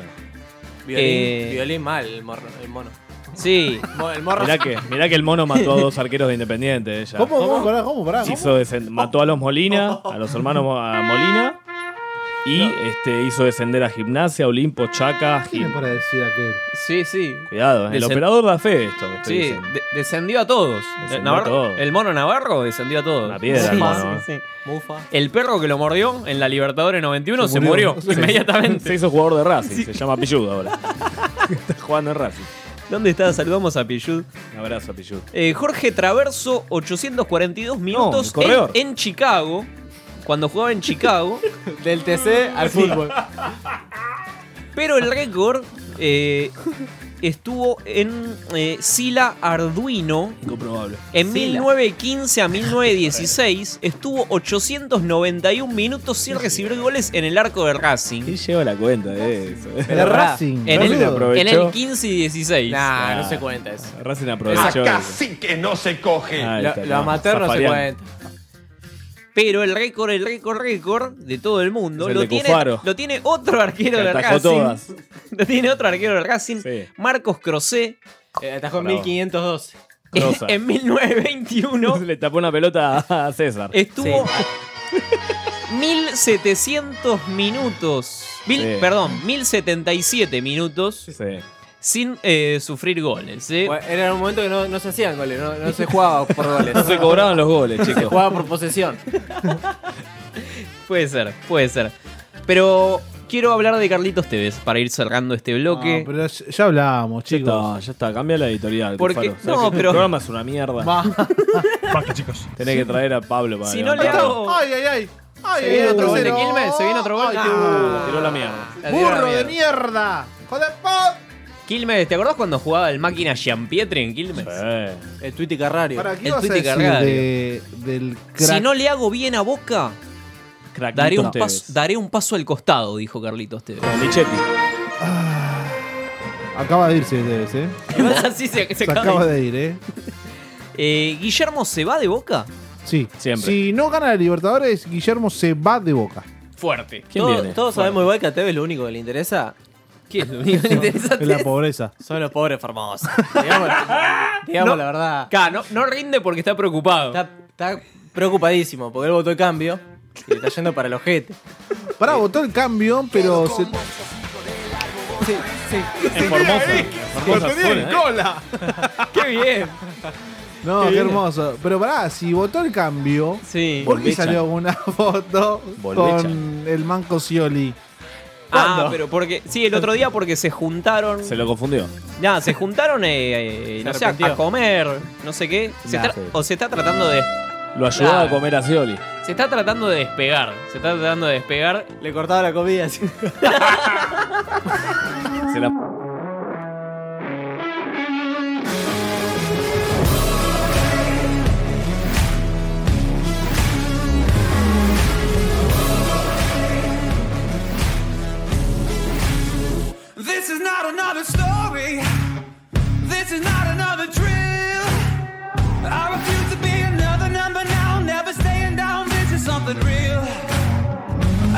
[SPEAKER 4] Violín,
[SPEAKER 3] Eh,
[SPEAKER 4] violín mal, el, morro- el mono.
[SPEAKER 3] Sí.
[SPEAKER 4] Mo- El morro.
[SPEAKER 5] Mirá que, mirá que el mono mató a dos arqueros de Independiente. eh, ya.
[SPEAKER 2] ¿Cómo, cómo, pará, cómo, pará?
[SPEAKER 5] Hizo desen- mató a los Molina, a los hermanos Mo- a Molina. Y este, hizo descender a Gimnasia, Olimpo, Chaca.
[SPEAKER 2] ¿Qué tiene
[SPEAKER 5] Gim-
[SPEAKER 2] para decir aquel?
[SPEAKER 3] Sí, sí.
[SPEAKER 5] Cuidado, eh, el
[SPEAKER 3] Desen-
[SPEAKER 5] operador da fe esto. que estoy
[SPEAKER 3] Sí,
[SPEAKER 5] diciendo.
[SPEAKER 3] de- descendió a todos.
[SPEAKER 5] Descendió
[SPEAKER 3] Eh, Navarro-
[SPEAKER 5] a todos.
[SPEAKER 3] El mono Navarro descendió a todos.
[SPEAKER 5] Una piedra, el mono, eh.
[SPEAKER 3] <laughs>
[SPEAKER 4] Mufa.
[SPEAKER 3] El perro que lo mordió en la Libertadores 91 se murió,
[SPEAKER 5] Sí.
[SPEAKER 3] inmediatamente.
[SPEAKER 5] Se hizo jugador de Racing, se llama Pilludo
[SPEAKER 3] <laughs>
[SPEAKER 5] ahora. Está jugando en Racing.
[SPEAKER 3] ¿Dónde está? Saludamos a Pillud.
[SPEAKER 5] Un abrazo a Pilludo.
[SPEAKER 3] Eh, Jorge Traverso, 842
[SPEAKER 5] el
[SPEAKER 3] minutos
[SPEAKER 5] corredor.
[SPEAKER 3] en, en Chicago. Cuando jugaba en
[SPEAKER 5] <laughs>
[SPEAKER 3] Chicago.
[SPEAKER 4] Del TC al fútbol.
[SPEAKER 3] Pero el récord eh, estuvo en eh, Sila Arduino.
[SPEAKER 5] Incomprobable.
[SPEAKER 3] En
[SPEAKER 5] Sila.
[SPEAKER 3] 1915 a
[SPEAKER 5] <laughs>
[SPEAKER 3] 1916 estuvo 891 minutos sin recibir goles en el arco de Racing.
[SPEAKER 5] ¿Quién lleva la cuenta de eso? <laughs>
[SPEAKER 3] Pero Racing, En el,
[SPEAKER 5] Racing aprovechó.
[SPEAKER 3] en el 15 y 16.
[SPEAKER 5] Nah, no se
[SPEAKER 4] cuenta eso.
[SPEAKER 5] Racing
[SPEAKER 17] Esa
[SPEAKER 5] aprovechó.
[SPEAKER 17] casi que no se coge.
[SPEAKER 5] Ahí
[SPEAKER 4] Lo-
[SPEAKER 5] está,
[SPEAKER 4] lo amateur no se
[SPEAKER 5] Zafarian.
[SPEAKER 4] cuenta.
[SPEAKER 3] Pero el récord, el récord, récord de todo el mundo
[SPEAKER 5] Es el
[SPEAKER 3] lo
[SPEAKER 5] de
[SPEAKER 3] tiene,
[SPEAKER 5] Cufaro.
[SPEAKER 3] lo tiene otro arquero
[SPEAKER 5] Que
[SPEAKER 3] del
[SPEAKER 5] atajó
[SPEAKER 3] Racing.
[SPEAKER 5] todas.
[SPEAKER 3] <laughs> Lo tiene otro arquero del Racing, Marcos Crosé.
[SPEAKER 4] Eh, atajó
[SPEAKER 5] Bravo.
[SPEAKER 4] 1512.
[SPEAKER 3] <laughs>
[SPEAKER 5] Rosa.
[SPEAKER 3] en 1921
[SPEAKER 5] <laughs> Le tapó una pelota a César.
[SPEAKER 3] Eh, estuvo 1700 minutos. mil-
[SPEAKER 5] Sí.
[SPEAKER 3] Perdón, 1077 minutos sin eh, sufrir goles. ¿eh?
[SPEAKER 4] Bueno, era un momento que no, no se hacían goles, no, no se jugaba
[SPEAKER 5] <laughs>
[SPEAKER 4] por goles.
[SPEAKER 5] No se cobraban los goles,
[SPEAKER 4] Se
[SPEAKER 5] chicos.
[SPEAKER 4] jugaba por posesión.
[SPEAKER 3] Puede ser, puede ser. Pero quiero hablar de Carlitos Tevez para ir cerrando este
[SPEAKER 5] Ah,
[SPEAKER 3] bloque.
[SPEAKER 2] No, pero ya ya hablábamos, chicos.
[SPEAKER 5] No, ya está, cambia la editorial.
[SPEAKER 3] Porque-
[SPEAKER 5] Cufaro.
[SPEAKER 3] no,
[SPEAKER 5] ¿Sabes qué?
[SPEAKER 3] pero-
[SPEAKER 5] El programa es una mierda. <laughs> chicos. Tenés que traer a Pablo para.
[SPEAKER 3] Si no le
[SPEAKER 5] levantar.
[SPEAKER 3] hago-
[SPEAKER 2] Ay, ay, ay. Ay,
[SPEAKER 4] ¿Se
[SPEAKER 2] ay,
[SPEAKER 4] viene otro
[SPEAKER 2] ay,
[SPEAKER 4] gol de
[SPEAKER 2] no.
[SPEAKER 4] Quilmes? ¿Se viene otro gol?
[SPEAKER 2] Ay, qué
[SPEAKER 4] Ah.
[SPEAKER 5] Tiró la mierda.
[SPEAKER 4] La tiró la
[SPEAKER 2] burro de
[SPEAKER 4] mierda.
[SPEAKER 2] mierda. Joder, pop.
[SPEAKER 3] Quilmes, ¿te acordás cuando jugaba el máquina Gianpietri en Quilmes?
[SPEAKER 5] Eh,
[SPEAKER 4] El Twitty Carrario.
[SPEAKER 2] Para, ¿qué
[SPEAKER 3] El
[SPEAKER 2] ibas a
[SPEAKER 3] Tuti
[SPEAKER 2] decir
[SPEAKER 3] Carragher.
[SPEAKER 2] de- del crack?
[SPEAKER 3] Si no le hago bien a Boca, daré un,
[SPEAKER 5] Tevez.
[SPEAKER 3] paso, daré un paso al costado, dijo Carlitos Tevez.
[SPEAKER 2] <laughs>
[SPEAKER 3] <laughs>
[SPEAKER 5] Lichetti.
[SPEAKER 2] Acaba de irse
[SPEAKER 3] <laughs>
[SPEAKER 2] de ese.
[SPEAKER 3] Así se, se
[SPEAKER 2] Se
[SPEAKER 3] acaba
[SPEAKER 2] acaba
[SPEAKER 3] de-
[SPEAKER 2] de ir, ¿eh?
[SPEAKER 3] Eh, Guillermo se va de Boca.
[SPEAKER 2] Sí.
[SPEAKER 5] Siempre.
[SPEAKER 2] Si no gana la Libertadores, Guillermo se va de boca.
[SPEAKER 3] Fuerte.
[SPEAKER 4] Todo-
[SPEAKER 5] eh.
[SPEAKER 4] Todos sabemos igual que a Tevez lo único que le interesa.
[SPEAKER 3] <laughs>
[SPEAKER 4] ¿Qué es lo único que le interesa? a
[SPEAKER 2] Es la
[SPEAKER 4] Tevez?
[SPEAKER 2] pobreza.
[SPEAKER 4] Son los pobres formosos.
[SPEAKER 5] <laughs>
[SPEAKER 4] Digamos, digamos
[SPEAKER 3] No.
[SPEAKER 4] la verdad.
[SPEAKER 3] Ca, no, no rinde porque está preocupado.
[SPEAKER 4] Está, está preocupadísimo porque él votó el cambio y le está yendo para el ojete.
[SPEAKER 2] Pará, votó el cambio, pero se-
[SPEAKER 4] Sí, sí.
[SPEAKER 5] Es Formosa. Formosa zona, ¿eh?
[SPEAKER 2] cola!
[SPEAKER 3] <laughs> ¡Qué bien!
[SPEAKER 2] No,
[SPEAKER 5] Qué
[SPEAKER 2] qué,
[SPEAKER 5] bien.
[SPEAKER 2] hermoso. Pero pará, si votó el cambio,
[SPEAKER 3] Sí.
[SPEAKER 2] ¿por qué
[SPEAKER 5] Volvecha.
[SPEAKER 2] salió una <laughs> foto
[SPEAKER 5] Volvecha.
[SPEAKER 2] con el manco Scioli?
[SPEAKER 3] Ah, pero porque. Sí, el otro día porque se juntaron.
[SPEAKER 5] Se lo confundió.
[SPEAKER 3] Nada, se juntaron eh, eh, no sé, a
[SPEAKER 4] arrepintió.
[SPEAKER 3] comer, no sé qué. Se
[SPEAKER 5] Nah,
[SPEAKER 3] tra-
[SPEAKER 5] sí.
[SPEAKER 3] O se está tratando de.
[SPEAKER 5] Lo ayudaba
[SPEAKER 3] Claro.
[SPEAKER 5] a comer a Scioli.
[SPEAKER 3] Se está tratando de despegar. Se está tratando de despegar. <laughs>
[SPEAKER 4] Le cortaba la comida.
[SPEAKER 5] <laughs>
[SPEAKER 4] así.
[SPEAKER 5] Se la...
[SPEAKER 9] This is not another story. This is not another drill. I refuse to be another number now. Never staying down. This is something real.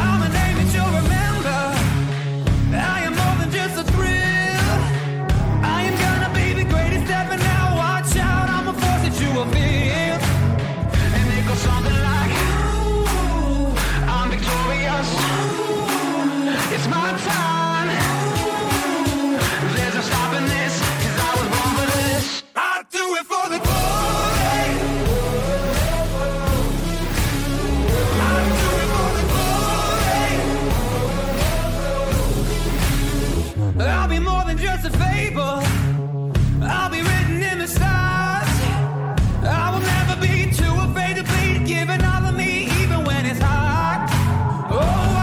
[SPEAKER 9] I'm a name that you'll remember. I am more than just a thrill. I am gonna be the greatest ever now. Watch out, I'm a force that you will feel. And it goes something like, ooh, I'm victorious. Ooh, it's my time. There's no stopping this, 'cause I was born for this. I do it for the glory. I do it for Oh,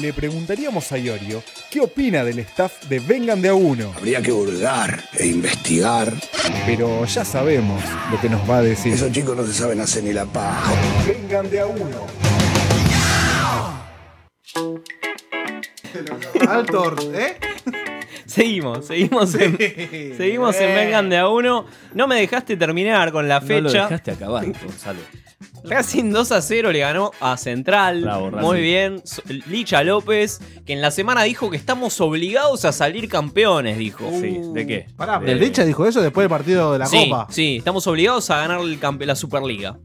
[SPEAKER 12] Le preguntaríamos a Iorio qué opina del staff de Vengan de a uno.
[SPEAKER 1] Habría que burlar e investigar.
[SPEAKER 12] Pero ya sabemos lo que nos va a decir.
[SPEAKER 1] Esos chicos no se saben hacer ni la paja. Vengan de a uno.
[SPEAKER 2] Altor, ¿eh?
[SPEAKER 3] Seguimos, seguimos en, seguimos en Vengan de a uno. No me dejaste terminar con la fecha.
[SPEAKER 5] No lo dejaste acabar, Gonzalo.
[SPEAKER 3] Racing 2 a 0 le ganó a Central.
[SPEAKER 5] Bravo, Racing.
[SPEAKER 3] Muy bien. So- Licha López, que en la semana dijo que estamos obligados a salir campeones, dijo.
[SPEAKER 5] Sí, ¿de qué?
[SPEAKER 2] Pará,
[SPEAKER 3] Eh,
[SPEAKER 2] pero Licha dijo eso después del partido de la
[SPEAKER 3] sí,
[SPEAKER 2] Copa.
[SPEAKER 3] sí, estamos obligados a ganar el campe- la Superliga.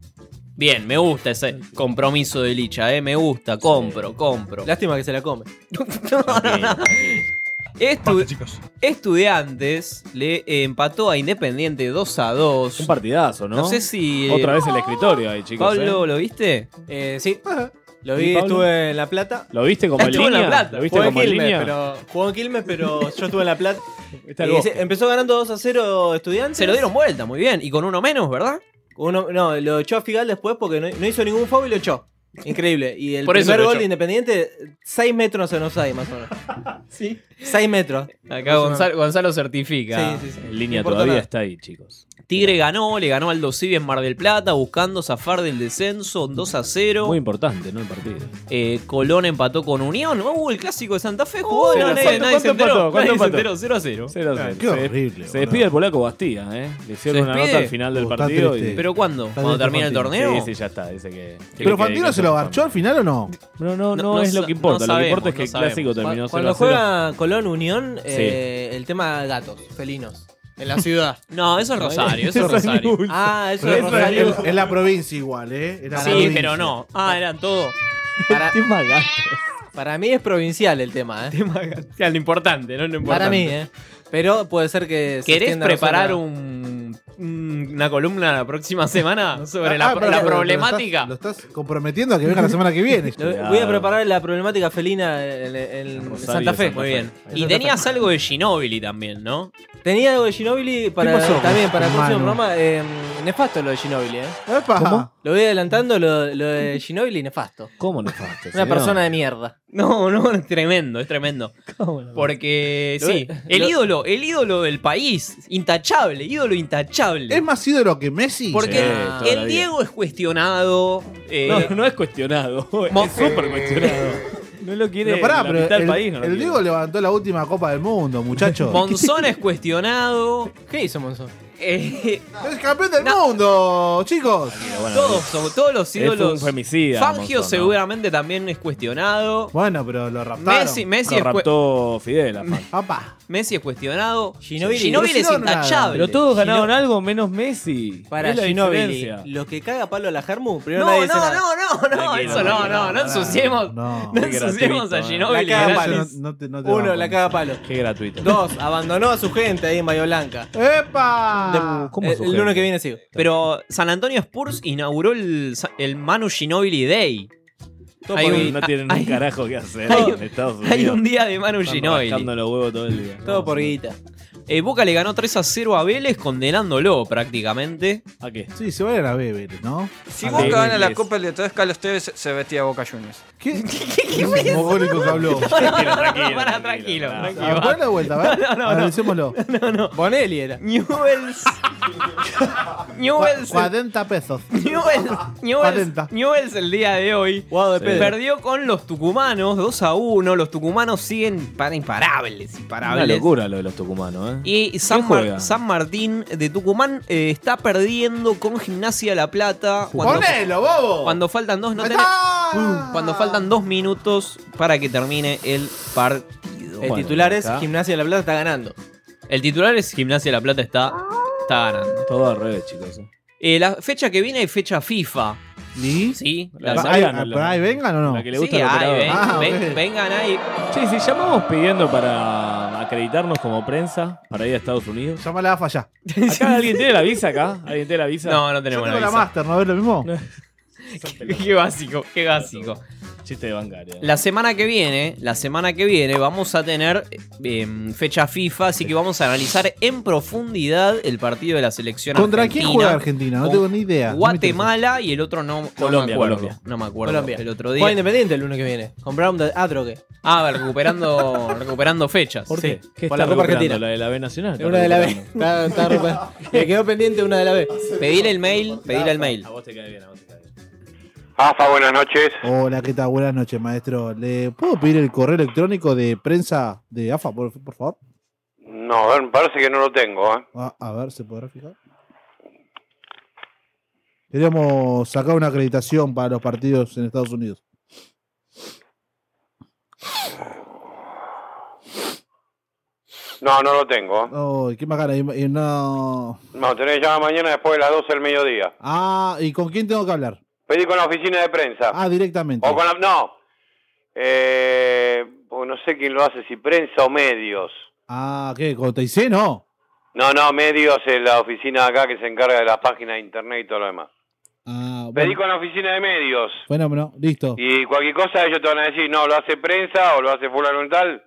[SPEAKER 3] Bien, me gusta ese compromiso de Licha, eh, me gusta, compro, compro.
[SPEAKER 4] Lástima que se la come.
[SPEAKER 3] Estu- Estudiantes le empató a Independiente 2 a 2.
[SPEAKER 5] Un partidazo, ¿no?
[SPEAKER 3] No sé si- eh,
[SPEAKER 5] Otra vez el escritorio ahí, chicos.
[SPEAKER 3] Pablo,
[SPEAKER 5] ¿eh?
[SPEAKER 3] ¿lo viste?
[SPEAKER 4] Eh, sí. Lo
[SPEAKER 5] ¿Y
[SPEAKER 4] vi,
[SPEAKER 5] Pablo?
[SPEAKER 4] estuve en La Plata.
[SPEAKER 5] ¿Lo viste como en
[SPEAKER 4] Estuve en La
[SPEAKER 5] línea?
[SPEAKER 4] Plata.
[SPEAKER 5] ¿Lo viste
[SPEAKER 4] Jugué en
[SPEAKER 5] como en
[SPEAKER 4] Quilmes,
[SPEAKER 5] línea?
[SPEAKER 4] pero, jugó en Quilmes, pero yo estuve en La Plata.
[SPEAKER 5] Está el
[SPEAKER 4] Y
[SPEAKER 5] bosque.
[SPEAKER 4] se- empezó ganando 2 a 0 estudiantes.
[SPEAKER 3] Se lo dieron vuelta, muy bien. Y con uno menos, ¿verdad?
[SPEAKER 4] Uno, no, lo echó a Figal después porque no, no hizo ningún foul y lo echó. Increíble. Y
[SPEAKER 3] <laughs>
[SPEAKER 4] el
[SPEAKER 3] Por eso
[SPEAKER 4] primer
[SPEAKER 3] lo
[SPEAKER 4] gol
[SPEAKER 3] echó.
[SPEAKER 4] de Independiente, 6 metros se nos hay, más o menos. <laughs>
[SPEAKER 3] Sí.
[SPEAKER 4] 6 metros.
[SPEAKER 3] Acá Gonzalo, Gonzalo certifica.
[SPEAKER 4] Sí, sí, sí.
[SPEAKER 5] En línea
[SPEAKER 4] No importa
[SPEAKER 5] todavía
[SPEAKER 4] nada.
[SPEAKER 5] está ahí, chicos.
[SPEAKER 3] Tigre ganó, le ganó al Dosivi en Mar del Plata, buscando zafar del descenso, un 2 a 0.
[SPEAKER 5] Muy importante, ¿no? El partido.
[SPEAKER 3] Eh, Colón empató con Unión. Uh, el clásico de Santa Fe jugó.
[SPEAKER 5] Oh,
[SPEAKER 3] no, nadie,
[SPEAKER 5] ¿cuánto-
[SPEAKER 3] nadie se
[SPEAKER 5] cuánto
[SPEAKER 3] enteró.
[SPEAKER 5] empató? ¿Cuánto
[SPEAKER 3] nadie se
[SPEAKER 5] empató?
[SPEAKER 3] enteró. 0 a 0.
[SPEAKER 5] 0
[SPEAKER 2] Ah, qué horrible,
[SPEAKER 5] Se
[SPEAKER 2] boludo.
[SPEAKER 5] despide el polaco Bastía, ¿eh? Le hicieron
[SPEAKER 3] ¿Se
[SPEAKER 5] una
[SPEAKER 3] despide?
[SPEAKER 5] nota al final del
[SPEAKER 2] Uh, está
[SPEAKER 5] partido.
[SPEAKER 2] triste.
[SPEAKER 5] Y...
[SPEAKER 3] ¿Pero cuándo? ¿Cuándo
[SPEAKER 5] Está
[SPEAKER 3] termina el
[SPEAKER 5] Fantino.
[SPEAKER 3] torneo?
[SPEAKER 5] Sí, sí, ya está. Dice que.
[SPEAKER 2] Pero Fantino se lo agarchó al final o no?
[SPEAKER 5] No, no,
[SPEAKER 3] No-
[SPEAKER 5] no,
[SPEAKER 3] no
[SPEAKER 5] es lo
[SPEAKER 3] sa-
[SPEAKER 5] que importa.
[SPEAKER 3] no
[SPEAKER 5] lo que importa
[SPEAKER 3] sabemos,
[SPEAKER 5] es que el
[SPEAKER 3] no sabemos.
[SPEAKER 5] clásico terminó 0
[SPEAKER 4] Cuando
[SPEAKER 5] a 0.
[SPEAKER 4] juega Colón Unión, eh, el tema gatos, felinos. En la ciudad.
[SPEAKER 3] <laughs> No, eso es Rosario, eso es
[SPEAKER 5] <laughs> Eso es
[SPEAKER 3] Rosario.
[SPEAKER 5] ningún-
[SPEAKER 4] ah, eso
[SPEAKER 2] Pero
[SPEAKER 4] es
[SPEAKER 2] es, la,
[SPEAKER 4] Rosario.
[SPEAKER 2] es la provincia igual, ¿eh? Es la
[SPEAKER 3] Sí,
[SPEAKER 2] provincia.
[SPEAKER 3] pero no. Ah, eran todos.
[SPEAKER 4] <laughs> Para,
[SPEAKER 5] Qué mal gato.
[SPEAKER 4] para mí es provincial
[SPEAKER 3] <laughs>
[SPEAKER 4] el tema, ¿eh?
[SPEAKER 3] Sea, lo importante, no lo importante.
[SPEAKER 4] Para mí, ¿eh? Pero puede ser que. se
[SPEAKER 3] ¿Querés
[SPEAKER 4] extienda a
[SPEAKER 3] preparar
[SPEAKER 4] zona-
[SPEAKER 3] un, un- una columna la próxima semana sobre
[SPEAKER 2] Ah,
[SPEAKER 3] la,
[SPEAKER 2] ah, pero-
[SPEAKER 3] la
[SPEAKER 2] pero- pero
[SPEAKER 3] problemática?
[SPEAKER 2] Lo estás, lo estás comprometiendo a que venga la semana
[SPEAKER 3] <laughs>
[SPEAKER 2] que viene.
[SPEAKER 4] Lo-
[SPEAKER 5] Claro.
[SPEAKER 4] Voy a preparar la problemática felina en, en- en
[SPEAKER 5] Rosario,
[SPEAKER 4] Santa Fe.
[SPEAKER 5] Santa
[SPEAKER 3] Muy bien.
[SPEAKER 4] Ahí
[SPEAKER 3] Y
[SPEAKER 4] está,
[SPEAKER 3] tenías algo de Ginobili también, ¿no?
[SPEAKER 4] Tenía algo de Ginobili para,
[SPEAKER 2] ¿Qué pasó?
[SPEAKER 4] también para el próximo
[SPEAKER 2] Manu.
[SPEAKER 4] programa. eh, nefasto lo de Ginobili, ¿eh?
[SPEAKER 2] Epa.
[SPEAKER 4] Lo voy adelantando, lo, lo de Ginobili, nefasto.
[SPEAKER 5] ¿Cómo no faste,
[SPEAKER 4] Una
[SPEAKER 5] señor?
[SPEAKER 4] persona de mierda.
[SPEAKER 3] No, no, es tremendo, es tremendo. Porque,
[SPEAKER 4] Lo-
[SPEAKER 3] sí, el
[SPEAKER 4] lo-
[SPEAKER 3] ídolo, el ídolo del país, intachable, ídolo intachable.
[SPEAKER 2] ¿Es más ídolo que Messi?
[SPEAKER 3] Porque
[SPEAKER 5] Sí, toda la vida.
[SPEAKER 3] el Diego es cuestionado. eh,
[SPEAKER 5] No, no es cuestionado. <laughs>
[SPEAKER 3] Mo-
[SPEAKER 5] Es súper cuestionado. No lo quiere
[SPEAKER 2] Pero pará,
[SPEAKER 5] la
[SPEAKER 2] pero
[SPEAKER 5] mitad del
[SPEAKER 2] el,
[SPEAKER 5] país. No lo
[SPEAKER 2] el
[SPEAKER 5] quiere.
[SPEAKER 2] Diego levantó la última Copa del Mundo,
[SPEAKER 3] <laughs>
[SPEAKER 2] muchachos.
[SPEAKER 3] Monzón es cuestionado.
[SPEAKER 4] ¿Qué hizo Monzón?
[SPEAKER 3] eh,
[SPEAKER 2] ¡Es campeón del mundo, chicos!
[SPEAKER 5] Pero bueno,
[SPEAKER 3] todos, son- todos los
[SPEAKER 5] Ah, Es un
[SPEAKER 3] ídolos.
[SPEAKER 5] femicida,
[SPEAKER 3] Fangio
[SPEAKER 5] Monzón, ¿no?
[SPEAKER 3] seguramente también es cuestionado.
[SPEAKER 2] Bueno, pero lo raptaron.
[SPEAKER 3] Messi,
[SPEAKER 5] Lo
[SPEAKER 3] Messi, es, cue-
[SPEAKER 5] raptó Fidel. a Fangio.
[SPEAKER 2] Papá.
[SPEAKER 3] Messi es cuestionado.
[SPEAKER 4] Ginóbili-
[SPEAKER 3] Ginóbili, es
[SPEAKER 2] Pero si no, nada.
[SPEAKER 3] intachable.
[SPEAKER 5] Pero todos
[SPEAKER 4] Gino-
[SPEAKER 5] ganaron algo menos Messi.
[SPEAKER 4] Para
[SPEAKER 5] Es la
[SPEAKER 4] Ginobili.
[SPEAKER 5] diferencia.
[SPEAKER 4] Lo que caga palo a la Hermu, primero
[SPEAKER 3] No,
[SPEAKER 4] nadie
[SPEAKER 3] no,
[SPEAKER 4] dice nada.
[SPEAKER 3] no, no, no,
[SPEAKER 5] Tranquilo,
[SPEAKER 3] eso no,
[SPEAKER 5] tranquilo,
[SPEAKER 3] no, no
[SPEAKER 5] nada.
[SPEAKER 3] ensuciemos.
[SPEAKER 2] No.
[SPEAKER 3] No ensuciemos
[SPEAKER 5] gratuito,
[SPEAKER 3] a
[SPEAKER 5] eh.
[SPEAKER 3] Ginóbili.
[SPEAKER 4] La caga
[SPEAKER 3] gracias.
[SPEAKER 4] palo.
[SPEAKER 2] Eso no- no te- no te
[SPEAKER 4] Uno,
[SPEAKER 2] banco.
[SPEAKER 4] la caga palo.
[SPEAKER 5] Qué gratuito.
[SPEAKER 4] Dos, abandonó a su gente ahí en Bahía Blanca.
[SPEAKER 2] ¡Epa!
[SPEAKER 5] Ah, ¿Cómo
[SPEAKER 4] Eh,
[SPEAKER 5] su
[SPEAKER 4] el
[SPEAKER 5] gente?
[SPEAKER 4] lunes que viene sigo.
[SPEAKER 3] Pero San Antonio Spurs inauguró el, el Manu Ginobili Day.
[SPEAKER 5] Todo
[SPEAKER 3] Hay
[SPEAKER 5] porque
[SPEAKER 3] un-
[SPEAKER 5] no tienen
[SPEAKER 3] hay-
[SPEAKER 5] un carajo que hacer
[SPEAKER 3] hay-
[SPEAKER 5] en Estados Unidos.
[SPEAKER 3] Hay un día de Manu
[SPEAKER 5] Están
[SPEAKER 3] Ginobili.
[SPEAKER 5] rascando los huevos todo el día.
[SPEAKER 4] Todo por guita.
[SPEAKER 3] Eh, Boca le ganó 3 a 0 a Vélez, condenándolo prácticamente. <laughs>
[SPEAKER 5] ¿A qué? <laughs>
[SPEAKER 2] Sí, se van a la B, Vélez, ¿no?
[SPEAKER 7] Si
[SPEAKER 5] Ah,
[SPEAKER 7] Boca
[SPEAKER 5] Vélez.
[SPEAKER 7] gana la Copa del Carlos Tevez se vestía a Boca Juniors.
[SPEAKER 2] ¿Qué? ¿Qué Mogólico que habló. <laughs>
[SPEAKER 5] Tranquilo, tranquilo.
[SPEAKER 3] Pará, tranquilo,
[SPEAKER 5] pará.
[SPEAKER 3] tranquilo.
[SPEAKER 2] Ah, Ponle la vuelta, a ver.
[SPEAKER 3] No, no, no.
[SPEAKER 2] Analicémoslo.
[SPEAKER 4] Bonelli era. <laughs>
[SPEAKER 3] Newells.
[SPEAKER 2] Cua-
[SPEAKER 3] Newells.
[SPEAKER 2] 40 pesos.
[SPEAKER 3] Newells,
[SPEAKER 2] Cuarenta. <laughs>
[SPEAKER 3] Newells, Newells el día de hoy
[SPEAKER 4] Guado de
[SPEAKER 3] Sí.
[SPEAKER 4] Pedro.
[SPEAKER 3] perdió con los tucumanos 2 a 1. Los tucumanos siguen para imparables,
[SPEAKER 5] Una
[SPEAKER 3] imparables.
[SPEAKER 5] locura lo de los tucumanos, ¿eh?
[SPEAKER 3] Y San,
[SPEAKER 5] ¿Quién
[SPEAKER 3] Mar-
[SPEAKER 5] juega?
[SPEAKER 3] San Martín de Tucumán eh, está perdiendo con Gimnasia La Plata. Cuando,
[SPEAKER 2] ¡Ponelo, bobo!
[SPEAKER 3] cuando faltan dos, no
[SPEAKER 2] Ahí
[SPEAKER 3] tenés-
[SPEAKER 2] está.
[SPEAKER 3] cuando faltan dos minutos para que termine el partido.
[SPEAKER 4] El
[SPEAKER 5] Bueno,
[SPEAKER 4] titular es
[SPEAKER 5] acá.
[SPEAKER 4] Gimnasia de la Plata está ganando.
[SPEAKER 3] El titular es Gimnasia La Plata está, está ganando.
[SPEAKER 5] Todo al revés, chicos. ¿eh?
[SPEAKER 3] Eh, la fecha que viene es fecha FIFA.
[SPEAKER 2] ¿Y?
[SPEAKER 3] Sí, la-
[SPEAKER 5] La-
[SPEAKER 2] Pa-
[SPEAKER 5] sabían,
[SPEAKER 2] ahí-
[SPEAKER 5] la-
[SPEAKER 2] ¿Por Ah, ahí vengan o no?
[SPEAKER 5] La que le
[SPEAKER 3] Sí, ¿eh?
[SPEAKER 5] gusta al
[SPEAKER 3] ahí,
[SPEAKER 5] operador.
[SPEAKER 3] ven-
[SPEAKER 2] Ah,
[SPEAKER 3] ven-
[SPEAKER 2] ok.
[SPEAKER 3] vengan ahí.
[SPEAKER 5] Sí, si llamamos pidiendo para acreditarnos como prensa para ir a Estados Unidos.
[SPEAKER 18] <laughs>
[SPEAKER 2] Llama a la AFA ya.
[SPEAKER 5] Acá, ¿Alguien tiene la visa acá? ¿Alguien tiene la visa?
[SPEAKER 3] No, no
[SPEAKER 2] Yo
[SPEAKER 3] tenemos
[SPEAKER 2] tengo
[SPEAKER 3] la
[SPEAKER 2] la
[SPEAKER 3] visa.
[SPEAKER 2] Master, ¿no ves lo mismo?
[SPEAKER 5] Son pelotas.
[SPEAKER 3] Qué básico, qué básico.
[SPEAKER 5] Chiste de bancaria.
[SPEAKER 3] La semana que viene, la semana que viene vamos a tener eh, fecha FIFA, así que vamos a analizar en profundidad el partido de la selección
[SPEAKER 2] ¿Contra
[SPEAKER 3] argentina.
[SPEAKER 2] quién juega Argentina? No
[SPEAKER 3] Con
[SPEAKER 2] tengo ni idea.
[SPEAKER 3] Guatemala y el otro no, no
[SPEAKER 5] Colombia,
[SPEAKER 3] me acuerdo.
[SPEAKER 5] Colombia.
[SPEAKER 3] No me acuerdo
[SPEAKER 4] Colombia.
[SPEAKER 3] el otro
[SPEAKER 4] Juega
[SPEAKER 3] día.
[SPEAKER 4] Independiente el lunes que viene. Con Brown de ah, creo que.
[SPEAKER 3] Ah,
[SPEAKER 2] <laughs>
[SPEAKER 3] recuperando, recuperando fechas.
[SPEAKER 4] ¿Por qué?
[SPEAKER 5] ¿Qué
[SPEAKER 4] Por
[SPEAKER 5] está
[SPEAKER 4] la Copa
[SPEAKER 5] recuperando?
[SPEAKER 4] Argentina.
[SPEAKER 5] ¿La de la B Nacional?
[SPEAKER 4] Una de la B. Está- está ropa- Le quedó pendiente una de la B.
[SPEAKER 3] Pedile el mail, pedile el mail.
[SPEAKER 19] AFA, buenas noches.
[SPEAKER 2] Hola, ¿qué tal? Buenas noches, maestro. ¿Le puedo pedir el correo electrónico de prensa de AFA, por, por favor?
[SPEAKER 19] No, a ver, me parece que no lo tengo. ¿eh?
[SPEAKER 2] Ah, a ver, ¿se podrá fijar? Queríamos sacar una acreditación para los partidos en Estados Unidos.
[SPEAKER 19] No, no lo tengo. ¿eh?
[SPEAKER 2] Oh, qué más cara. Y- y no.
[SPEAKER 19] No, tenés que llamar mañana después de las 12 del mediodía.
[SPEAKER 2] Ah, ¿y con quién tengo que hablar?
[SPEAKER 19] Pedí con la oficina de prensa.
[SPEAKER 2] Ah, directamente.
[SPEAKER 19] O con la- No. Eh, porque no sé quién lo hace, si prensa o medios.
[SPEAKER 2] Ah, ¿qué? ¿Con Teicé? No.
[SPEAKER 19] No, no, medios es la oficina acá que se encarga de las páginas de internet y todo lo demás.
[SPEAKER 2] Ah,
[SPEAKER 19] Pedí
[SPEAKER 2] bueno,
[SPEAKER 19] con la oficina de medios.
[SPEAKER 2] fenómeno. Listo.
[SPEAKER 19] Y cualquier cosa ellos te van a decir, no, lo hace prensa o lo hace fulano y tal,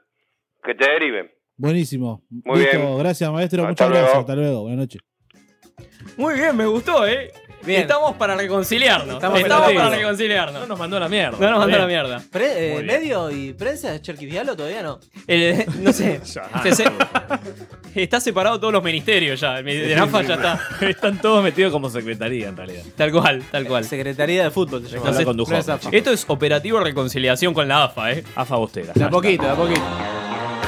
[SPEAKER 19] que te deriven.
[SPEAKER 2] Buenísimo.
[SPEAKER 19] Muy
[SPEAKER 2] Listo.
[SPEAKER 19] bien.
[SPEAKER 2] Gracias, maestro.
[SPEAKER 19] Hasta
[SPEAKER 2] Muchas
[SPEAKER 19] luego.
[SPEAKER 2] gracias. Hasta luego. Buenas noches.
[SPEAKER 18] Muy bien, me gustó, ¿eh? Estamos para reconciliarnos. Estamos,
[SPEAKER 5] Estamos
[SPEAKER 18] para
[SPEAKER 5] perdidos.
[SPEAKER 18] reconciliarnos. No nos mandó la mierda. No
[SPEAKER 5] Está
[SPEAKER 18] nos mandó
[SPEAKER 5] bien.
[SPEAKER 18] la mierda.
[SPEAKER 4] Pre- eh,
[SPEAKER 18] Muy bien.
[SPEAKER 4] ¿Medio y prensa? ¿Cherky Vialo todavía no?
[SPEAKER 18] El- no sé. Se- se- está separado todos los ministerios ya. El de AFA ya está.
[SPEAKER 5] <laughs> Están todos metidos como secretaría en realidad.
[SPEAKER 18] Tal cual, tal cual.
[SPEAKER 4] Secretaría de Fútbol se llama.
[SPEAKER 5] Habla
[SPEAKER 18] Entonces,
[SPEAKER 5] con Duhok.
[SPEAKER 18] no es AFA. Esto es operativo reconciliación con la AFA, ¿eh?
[SPEAKER 5] AFA Bostera.
[SPEAKER 4] De a poquito, de a poquito.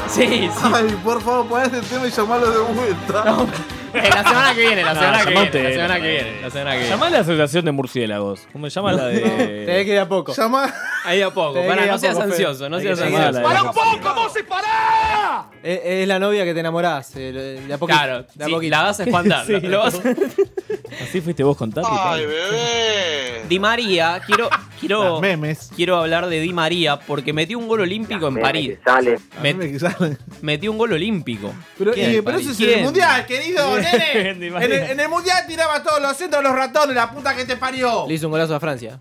[SPEAKER 18] Sí, sí.
[SPEAKER 6] Ay, por favor, ponés el tema y llamarlo de vuelta.
[SPEAKER 18] Eh, la semana que viene, la
[SPEAKER 5] No,
[SPEAKER 18] semana que
[SPEAKER 5] llamate,
[SPEAKER 18] viene. La semana
[SPEAKER 5] no.
[SPEAKER 18] que viene. La semana que viene.
[SPEAKER 5] Llamá a la asociación de murciélagos. ¿Cómo se llama la
[SPEAKER 18] <laughs>
[SPEAKER 5] de.?
[SPEAKER 3] Eh,
[SPEAKER 4] Tenés que ir a poco.
[SPEAKER 6] Llama.
[SPEAKER 18] Ahí a poco.
[SPEAKER 4] Te
[SPEAKER 18] Pará,
[SPEAKER 4] diga
[SPEAKER 18] no seas
[SPEAKER 4] poco, Fede.
[SPEAKER 18] ansioso, no
[SPEAKER 4] Hay
[SPEAKER 18] seas
[SPEAKER 4] que llamarla,
[SPEAKER 18] ansioso.
[SPEAKER 4] hay que llamarla.
[SPEAKER 20] poco, vos y pará!
[SPEAKER 4] Es, es la novia que te enamorás. eh, De a poquito.
[SPEAKER 18] Claro,
[SPEAKER 4] de a
[SPEAKER 18] sí,
[SPEAKER 4] poquito.
[SPEAKER 18] la vas a espantar.
[SPEAKER 4] Sí.
[SPEAKER 18] lo vas-
[SPEAKER 5] Así fuiste vos con Tati. Tati.
[SPEAKER 3] Di María, quiero, quiero,
[SPEAKER 2] Las memes.
[SPEAKER 3] quiero hablar de Di María porque metió un gol olímpico en París.
[SPEAKER 2] Las
[SPEAKER 3] Met-
[SPEAKER 2] memes que salen.
[SPEAKER 3] metió un gol olímpico.
[SPEAKER 2] Pero,
[SPEAKER 3] ¿Quién?
[SPEAKER 2] eh, pero eso es el
[SPEAKER 3] ¿Quién?
[SPEAKER 6] mundial, querido, nene.
[SPEAKER 5] Bien,
[SPEAKER 6] en,
[SPEAKER 5] Di
[SPEAKER 6] el,
[SPEAKER 5] María.
[SPEAKER 6] en el mundial tiraba todos los centros de los ratones, la puta que te parió.
[SPEAKER 4] Le hizo un golazo a Francia.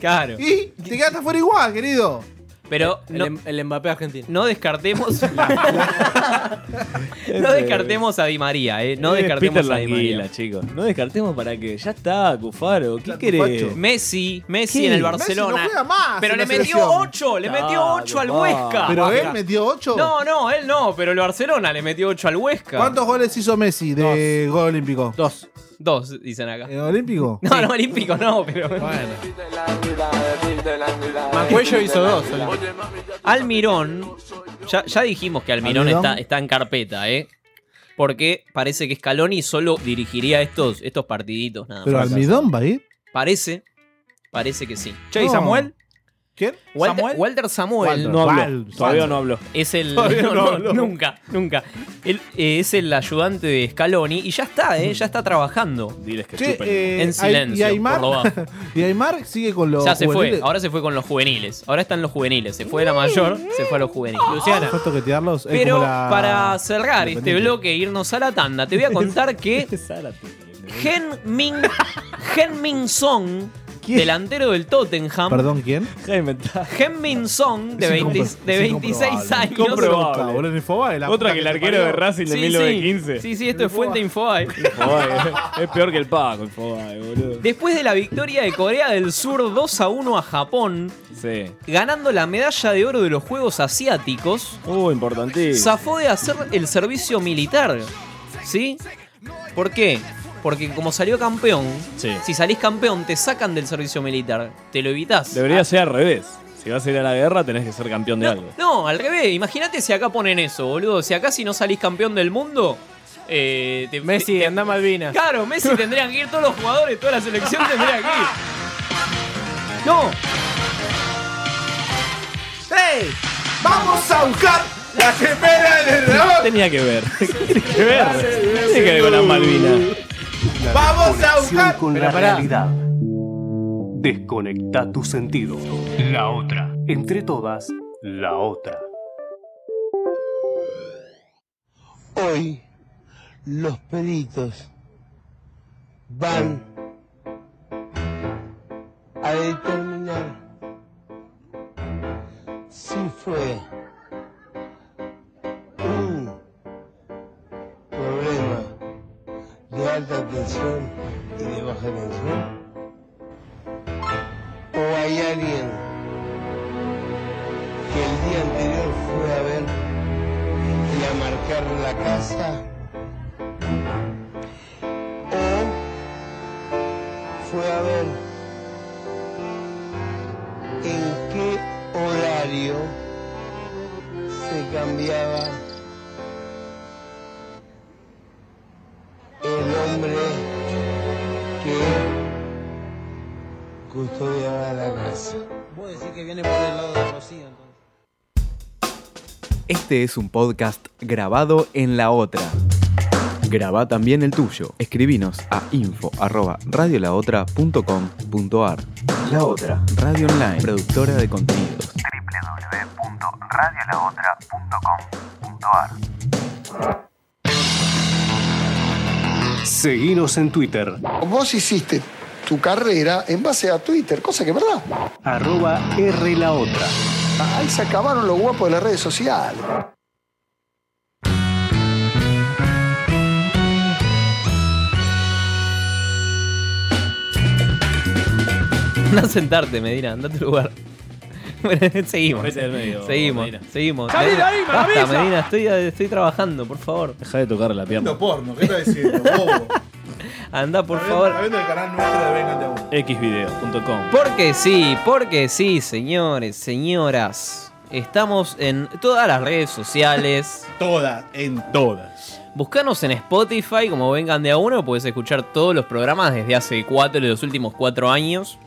[SPEAKER 3] Claro.
[SPEAKER 6] Y te quedaste afuera igual, querido.
[SPEAKER 3] Pero
[SPEAKER 4] El,
[SPEAKER 3] no,
[SPEAKER 4] em- el Mbappé argentino.
[SPEAKER 3] no descartemos. <laughs> no descartemos a Di María, eh. No
[SPEAKER 5] Eh,
[SPEAKER 3] descartemos
[SPEAKER 5] Peter
[SPEAKER 3] a Di María.
[SPEAKER 5] Languila, chicos. No descartemos para que. Ya está, Cufaro. ¿Qué querés?
[SPEAKER 6] Cufacho.
[SPEAKER 3] Messi, Messi
[SPEAKER 5] ¿Qué?
[SPEAKER 3] en el
[SPEAKER 6] Messi no
[SPEAKER 3] Barcelona.
[SPEAKER 6] juega más
[SPEAKER 3] pero
[SPEAKER 6] en
[SPEAKER 3] le
[SPEAKER 6] la
[SPEAKER 3] metió
[SPEAKER 6] selección.
[SPEAKER 3] 8, le metió
[SPEAKER 5] Claro,
[SPEAKER 3] 8 al
[SPEAKER 5] va.
[SPEAKER 3] Huesca.
[SPEAKER 2] Pero
[SPEAKER 3] Baja.
[SPEAKER 2] él metió 8.
[SPEAKER 3] No, no, él no, pero el Barcelona le metió 8 al Huesca.
[SPEAKER 2] ¿Cuántos goles hizo Messi de gol olímpico?
[SPEAKER 4] Dos.
[SPEAKER 3] Dos, dicen acá.
[SPEAKER 2] ¿En olímpico?
[SPEAKER 3] <laughs> No, no, olímpico no, pero.
[SPEAKER 4] Mancuello hizo dos.
[SPEAKER 3] Almirón. Ya, ya dijimos que Almirón,
[SPEAKER 2] Almirón.
[SPEAKER 3] Está, está en carpeta, ¿eh? Porque parece que Scaloni solo dirigiría estos, estos partiditos, nada
[SPEAKER 2] Pero
[SPEAKER 3] más.
[SPEAKER 2] Almidón va a ir.
[SPEAKER 3] Parece, parece que sí.
[SPEAKER 18] Che, ¿y
[SPEAKER 2] No.
[SPEAKER 18] Samuel?
[SPEAKER 2] ¿Quién?
[SPEAKER 3] Walter
[SPEAKER 18] ¿Samuel?
[SPEAKER 3] Samuel, Walter Samuel
[SPEAKER 5] No habló.
[SPEAKER 2] Val-
[SPEAKER 5] Todavía no habló.
[SPEAKER 3] es el.
[SPEAKER 5] Todavía
[SPEAKER 3] no,
[SPEAKER 5] no
[SPEAKER 3] no,
[SPEAKER 5] habló.
[SPEAKER 3] nunca, nunca. Él, eh, es el ayudante de Scaloni y ya está, ¿eh? Ya está trabajando.
[SPEAKER 5] Diles que
[SPEAKER 2] Che,
[SPEAKER 5] chupen.
[SPEAKER 2] eh,
[SPEAKER 3] En
[SPEAKER 2] Ay-
[SPEAKER 3] silencio,
[SPEAKER 2] Y Aymar,
[SPEAKER 3] por lo bajo.
[SPEAKER 2] <laughs> y Aymar sigue con los.
[SPEAKER 3] Ya se fue,
[SPEAKER 2] juveniles.
[SPEAKER 3] ahora se fue con los juveniles. Ahora están los juveniles. Se fue la mayor, se fue a los juveniles. Luciana.
[SPEAKER 2] ¿Puedes toquetearlos? Es
[SPEAKER 3] Pero
[SPEAKER 2] como la-
[SPEAKER 3] para cerrar este
[SPEAKER 2] Independiente.
[SPEAKER 3] bloque e irnos a la tanda, te voy a contar
[SPEAKER 2] <laughs>
[SPEAKER 3] que
[SPEAKER 5] Zárate.
[SPEAKER 3] Hen Min, Hen Min Song,
[SPEAKER 2] ¿Quién?
[SPEAKER 3] delantero del Tottenham,
[SPEAKER 2] Perdón, ¿quién?
[SPEAKER 5] Jaime, ta-
[SPEAKER 3] Hen Min Song, de,
[SPEAKER 2] Es
[SPEAKER 3] 20
[SPEAKER 2] incompro-
[SPEAKER 3] de
[SPEAKER 2] es
[SPEAKER 3] 26
[SPEAKER 2] incomprobable.
[SPEAKER 3] años.
[SPEAKER 5] Incomprobable.
[SPEAKER 2] Busca, boludo, en Infobae, la
[SPEAKER 5] Otra
[SPEAKER 2] puta
[SPEAKER 5] que el
[SPEAKER 2] te
[SPEAKER 5] arquero de
[SPEAKER 2] parió.
[SPEAKER 5] Racing de
[SPEAKER 3] Sí,
[SPEAKER 5] 1915.
[SPEAKER 3] sí, sí, sí, esto es Fuente Infobae.
[SPEAKER 5] <laughs> Joder, eh. es peor que el Paco, el Fobae, boludo.
[SPEAKER 3] Después de la victoria de Corea del Sur 2 a 1 a Japón,
[SPEAKER 5] Sí.
[SPEAKER 3] ganando la medalla de oro de los Juegos Asiáticos,
[SPEAKER 5] Uh, importantísimo.
[SPEAKER 3] zafó de hacer el servicio militar. ¿Sí? ¿Por qué? Porque como salió campeón,
[SPEAKER 5] Sí.
[SPEAKER 3] si salís campeón te sacan del servicio militar, te lo evitás.
[SPEAKER 5] Debería ser al revés. Si vas a ir a la guerra, tenés que ser campeón de
[SPEAKER 3] No,
[SPEAKER 5] algo.
[SPEAKER 3] no, al revés, imagínate si acá ponen eso, boludo. Si acá si no salís campeón del mundo, eh, te,
[SPEAKER 4] Messi,
[SPEAKER 3] te-
[SPEAKER 4] anda Malvinas.
[SPEAKER 3] Claro, <laughs> Messi tendrían que ir todos los jugadores, toda la selección tendría que ir. No,
[SPEAKER 6] ¡Ey! ¡Vamos a buscar la gemela del dragón!
[SPEAKER 5] Tenía que ver. Tiene que ver. Tiene que ver con las Malvinas.
[SPEAKER 6] ¡Vamos a buscar!
[SPEAKER 21] con
[SPEAKER 4] Pero
[SPEAKER 21] la
[SPEAKER 4] pará.
[SPEAKER 21] realidad. Desconecta tus sentidos. La otra. Entre todas, la otra.
[SPEAKER 1] Hoy los peritos van a determinar
[SPEAKER 22] fue un problema de alta tensión y de baja tensión? ¿O hay alguien que el día anterior fue a ver y a marcar la casa? ¿O fue a ver en qué horario se cambiaba el hombre que custodiaba la casa. Voy a decir que viene por el lado de Rocío.
[SPEAKER 12] Este es un podcast grabado en la otra. Graba también el tuyo. Escribinos a info@radiolaotra.com.ar. La otra, Radio Online, productora de contenidos.
[SPEAKER 20] www.radiolaotra.com.ar
[SPEAKER 21] Seguinos en Twitter,
[SPEAKER 22] Vos hiciste tu carrera en base a Twitter, cosa que es verdad.
[SPEAKER 21] arroba R la otra.
[SPEAKER 22] Ahí se acabaron los guapos de las redes sociales.
[SPEAKER 3] Anda a sentarte, Medina, anda a tu lugar. <laughs> Bueno, seguimos.
[SPEAKER 5] Vete del medio,
[SPEAKER 3] seguimos,
[SPEAKER 5] Medina.
[SPEAKER 3] seguimos.
[SPEAKER 5] ¡Salí de ahí, me
[SPEAKER 3] Basta,
[SPEAKER 5] avisa!
[SPEAKER 3] Medina, estoy, estoy trabajando, por favor.
[SPEAKER 5] Deja de tocar la pierna.
[SPEAKER 2] porno, ¿qué estás diciendo? Bobo.
[SPEAKER 3] Anda, por favor.
[SPEAKER 2] Está viendo el canal nuestro de Vengate a uno.
[SPEAKER 5] Xvideo.com.
[SPEAKER 3] Porque sí, porque sí, señores, señoras. Estamos en todas las redes sociales.
[SPEAKER 6] todas, en todas.
[SPEAKER 3] Buscanos en Spotify, como vengan de a uno, puedes escuchar todos los programas desde hace cuatro, de los últimos cuatro años.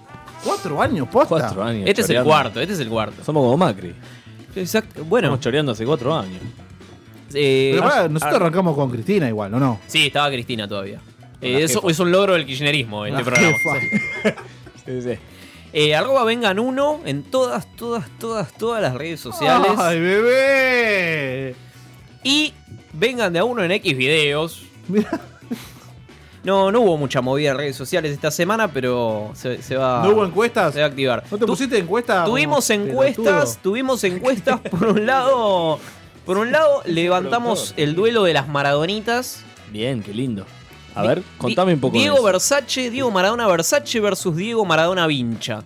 [SPEAKER 2] Cuatro años, posta.
[SPEAKER 5] Cuatro años.
[SPEAKER 3] Este es el
[SPEAKER 5] choreando.
[SPEAKER 3] cuarto, este es el cuarto.
[SPEAKER 5] Somos como Macri.
[SPEAKER 3] Exacto. Bueno,
[SPEAKER 5] Estamos choreando hace cuatro años.
[SPEAKER 3] eh,
[SPEAKER 2] Pero pará, nosotros
[SPEAKER 3] ah,
[SPEAKER 2] arrancamos con Cristina igual, ¿o no?
[SPEAKER 3] Sí, estaba Cristina todavía. Eh,
[SPEAKER 5] La
[SPEAKER 3] eso
[SPEAKER 5] jefa.
[SPEAKER 3] es un logro del kirchnerismo este
[SPEAKER 2] La <laughs>
[SPEAKER 3] programa.
[SPEAKER 2] jefa.
[SPEAKER 5] Sí, sí.
[SPEAKER 3] Eh, arroba vengan uno en todas, todas, todas, todas las redes sociales.
[SPEAKER 2] ¡Ay, bebé!
[SPEAKER 3] Y vengan de a uno en X videos. No, no hubo mucha movida en redes sociales esta semana, pero se, se va.
[SPEAKER 2] ¿No hubo encuestas?
[SPEAKER 3] Se va a activar.
[SPEAKER 2] ¿No te
[SPEAKER 3] Eh, Tu-
[SPEAKER 2] pusiste encuesta?
[SPEAKER 3] Tuvimos
[SPEAKER 2] como
[SPEAKER 3] encuestas,
[SPEAKER 2] pelotudo?
[SPEAKER 3] tuvimos encuestas <laughs> por un lado. Por un lado, levantamos el duelo de las maradonitas.
[SPEAKER 5] Bien, qué lindo. A
[SPEAKER 3] Di-
[SPEAKER 5] ver, contame
[SPEAKER 3] Di-
[SPEAKER 5] un poco de
[SPEAKER 3] Diego
[SPEAKER 5] eso.
[SPEAKER 3] Versace, Diego Maradona Versace versus Diego Maradona Vincha.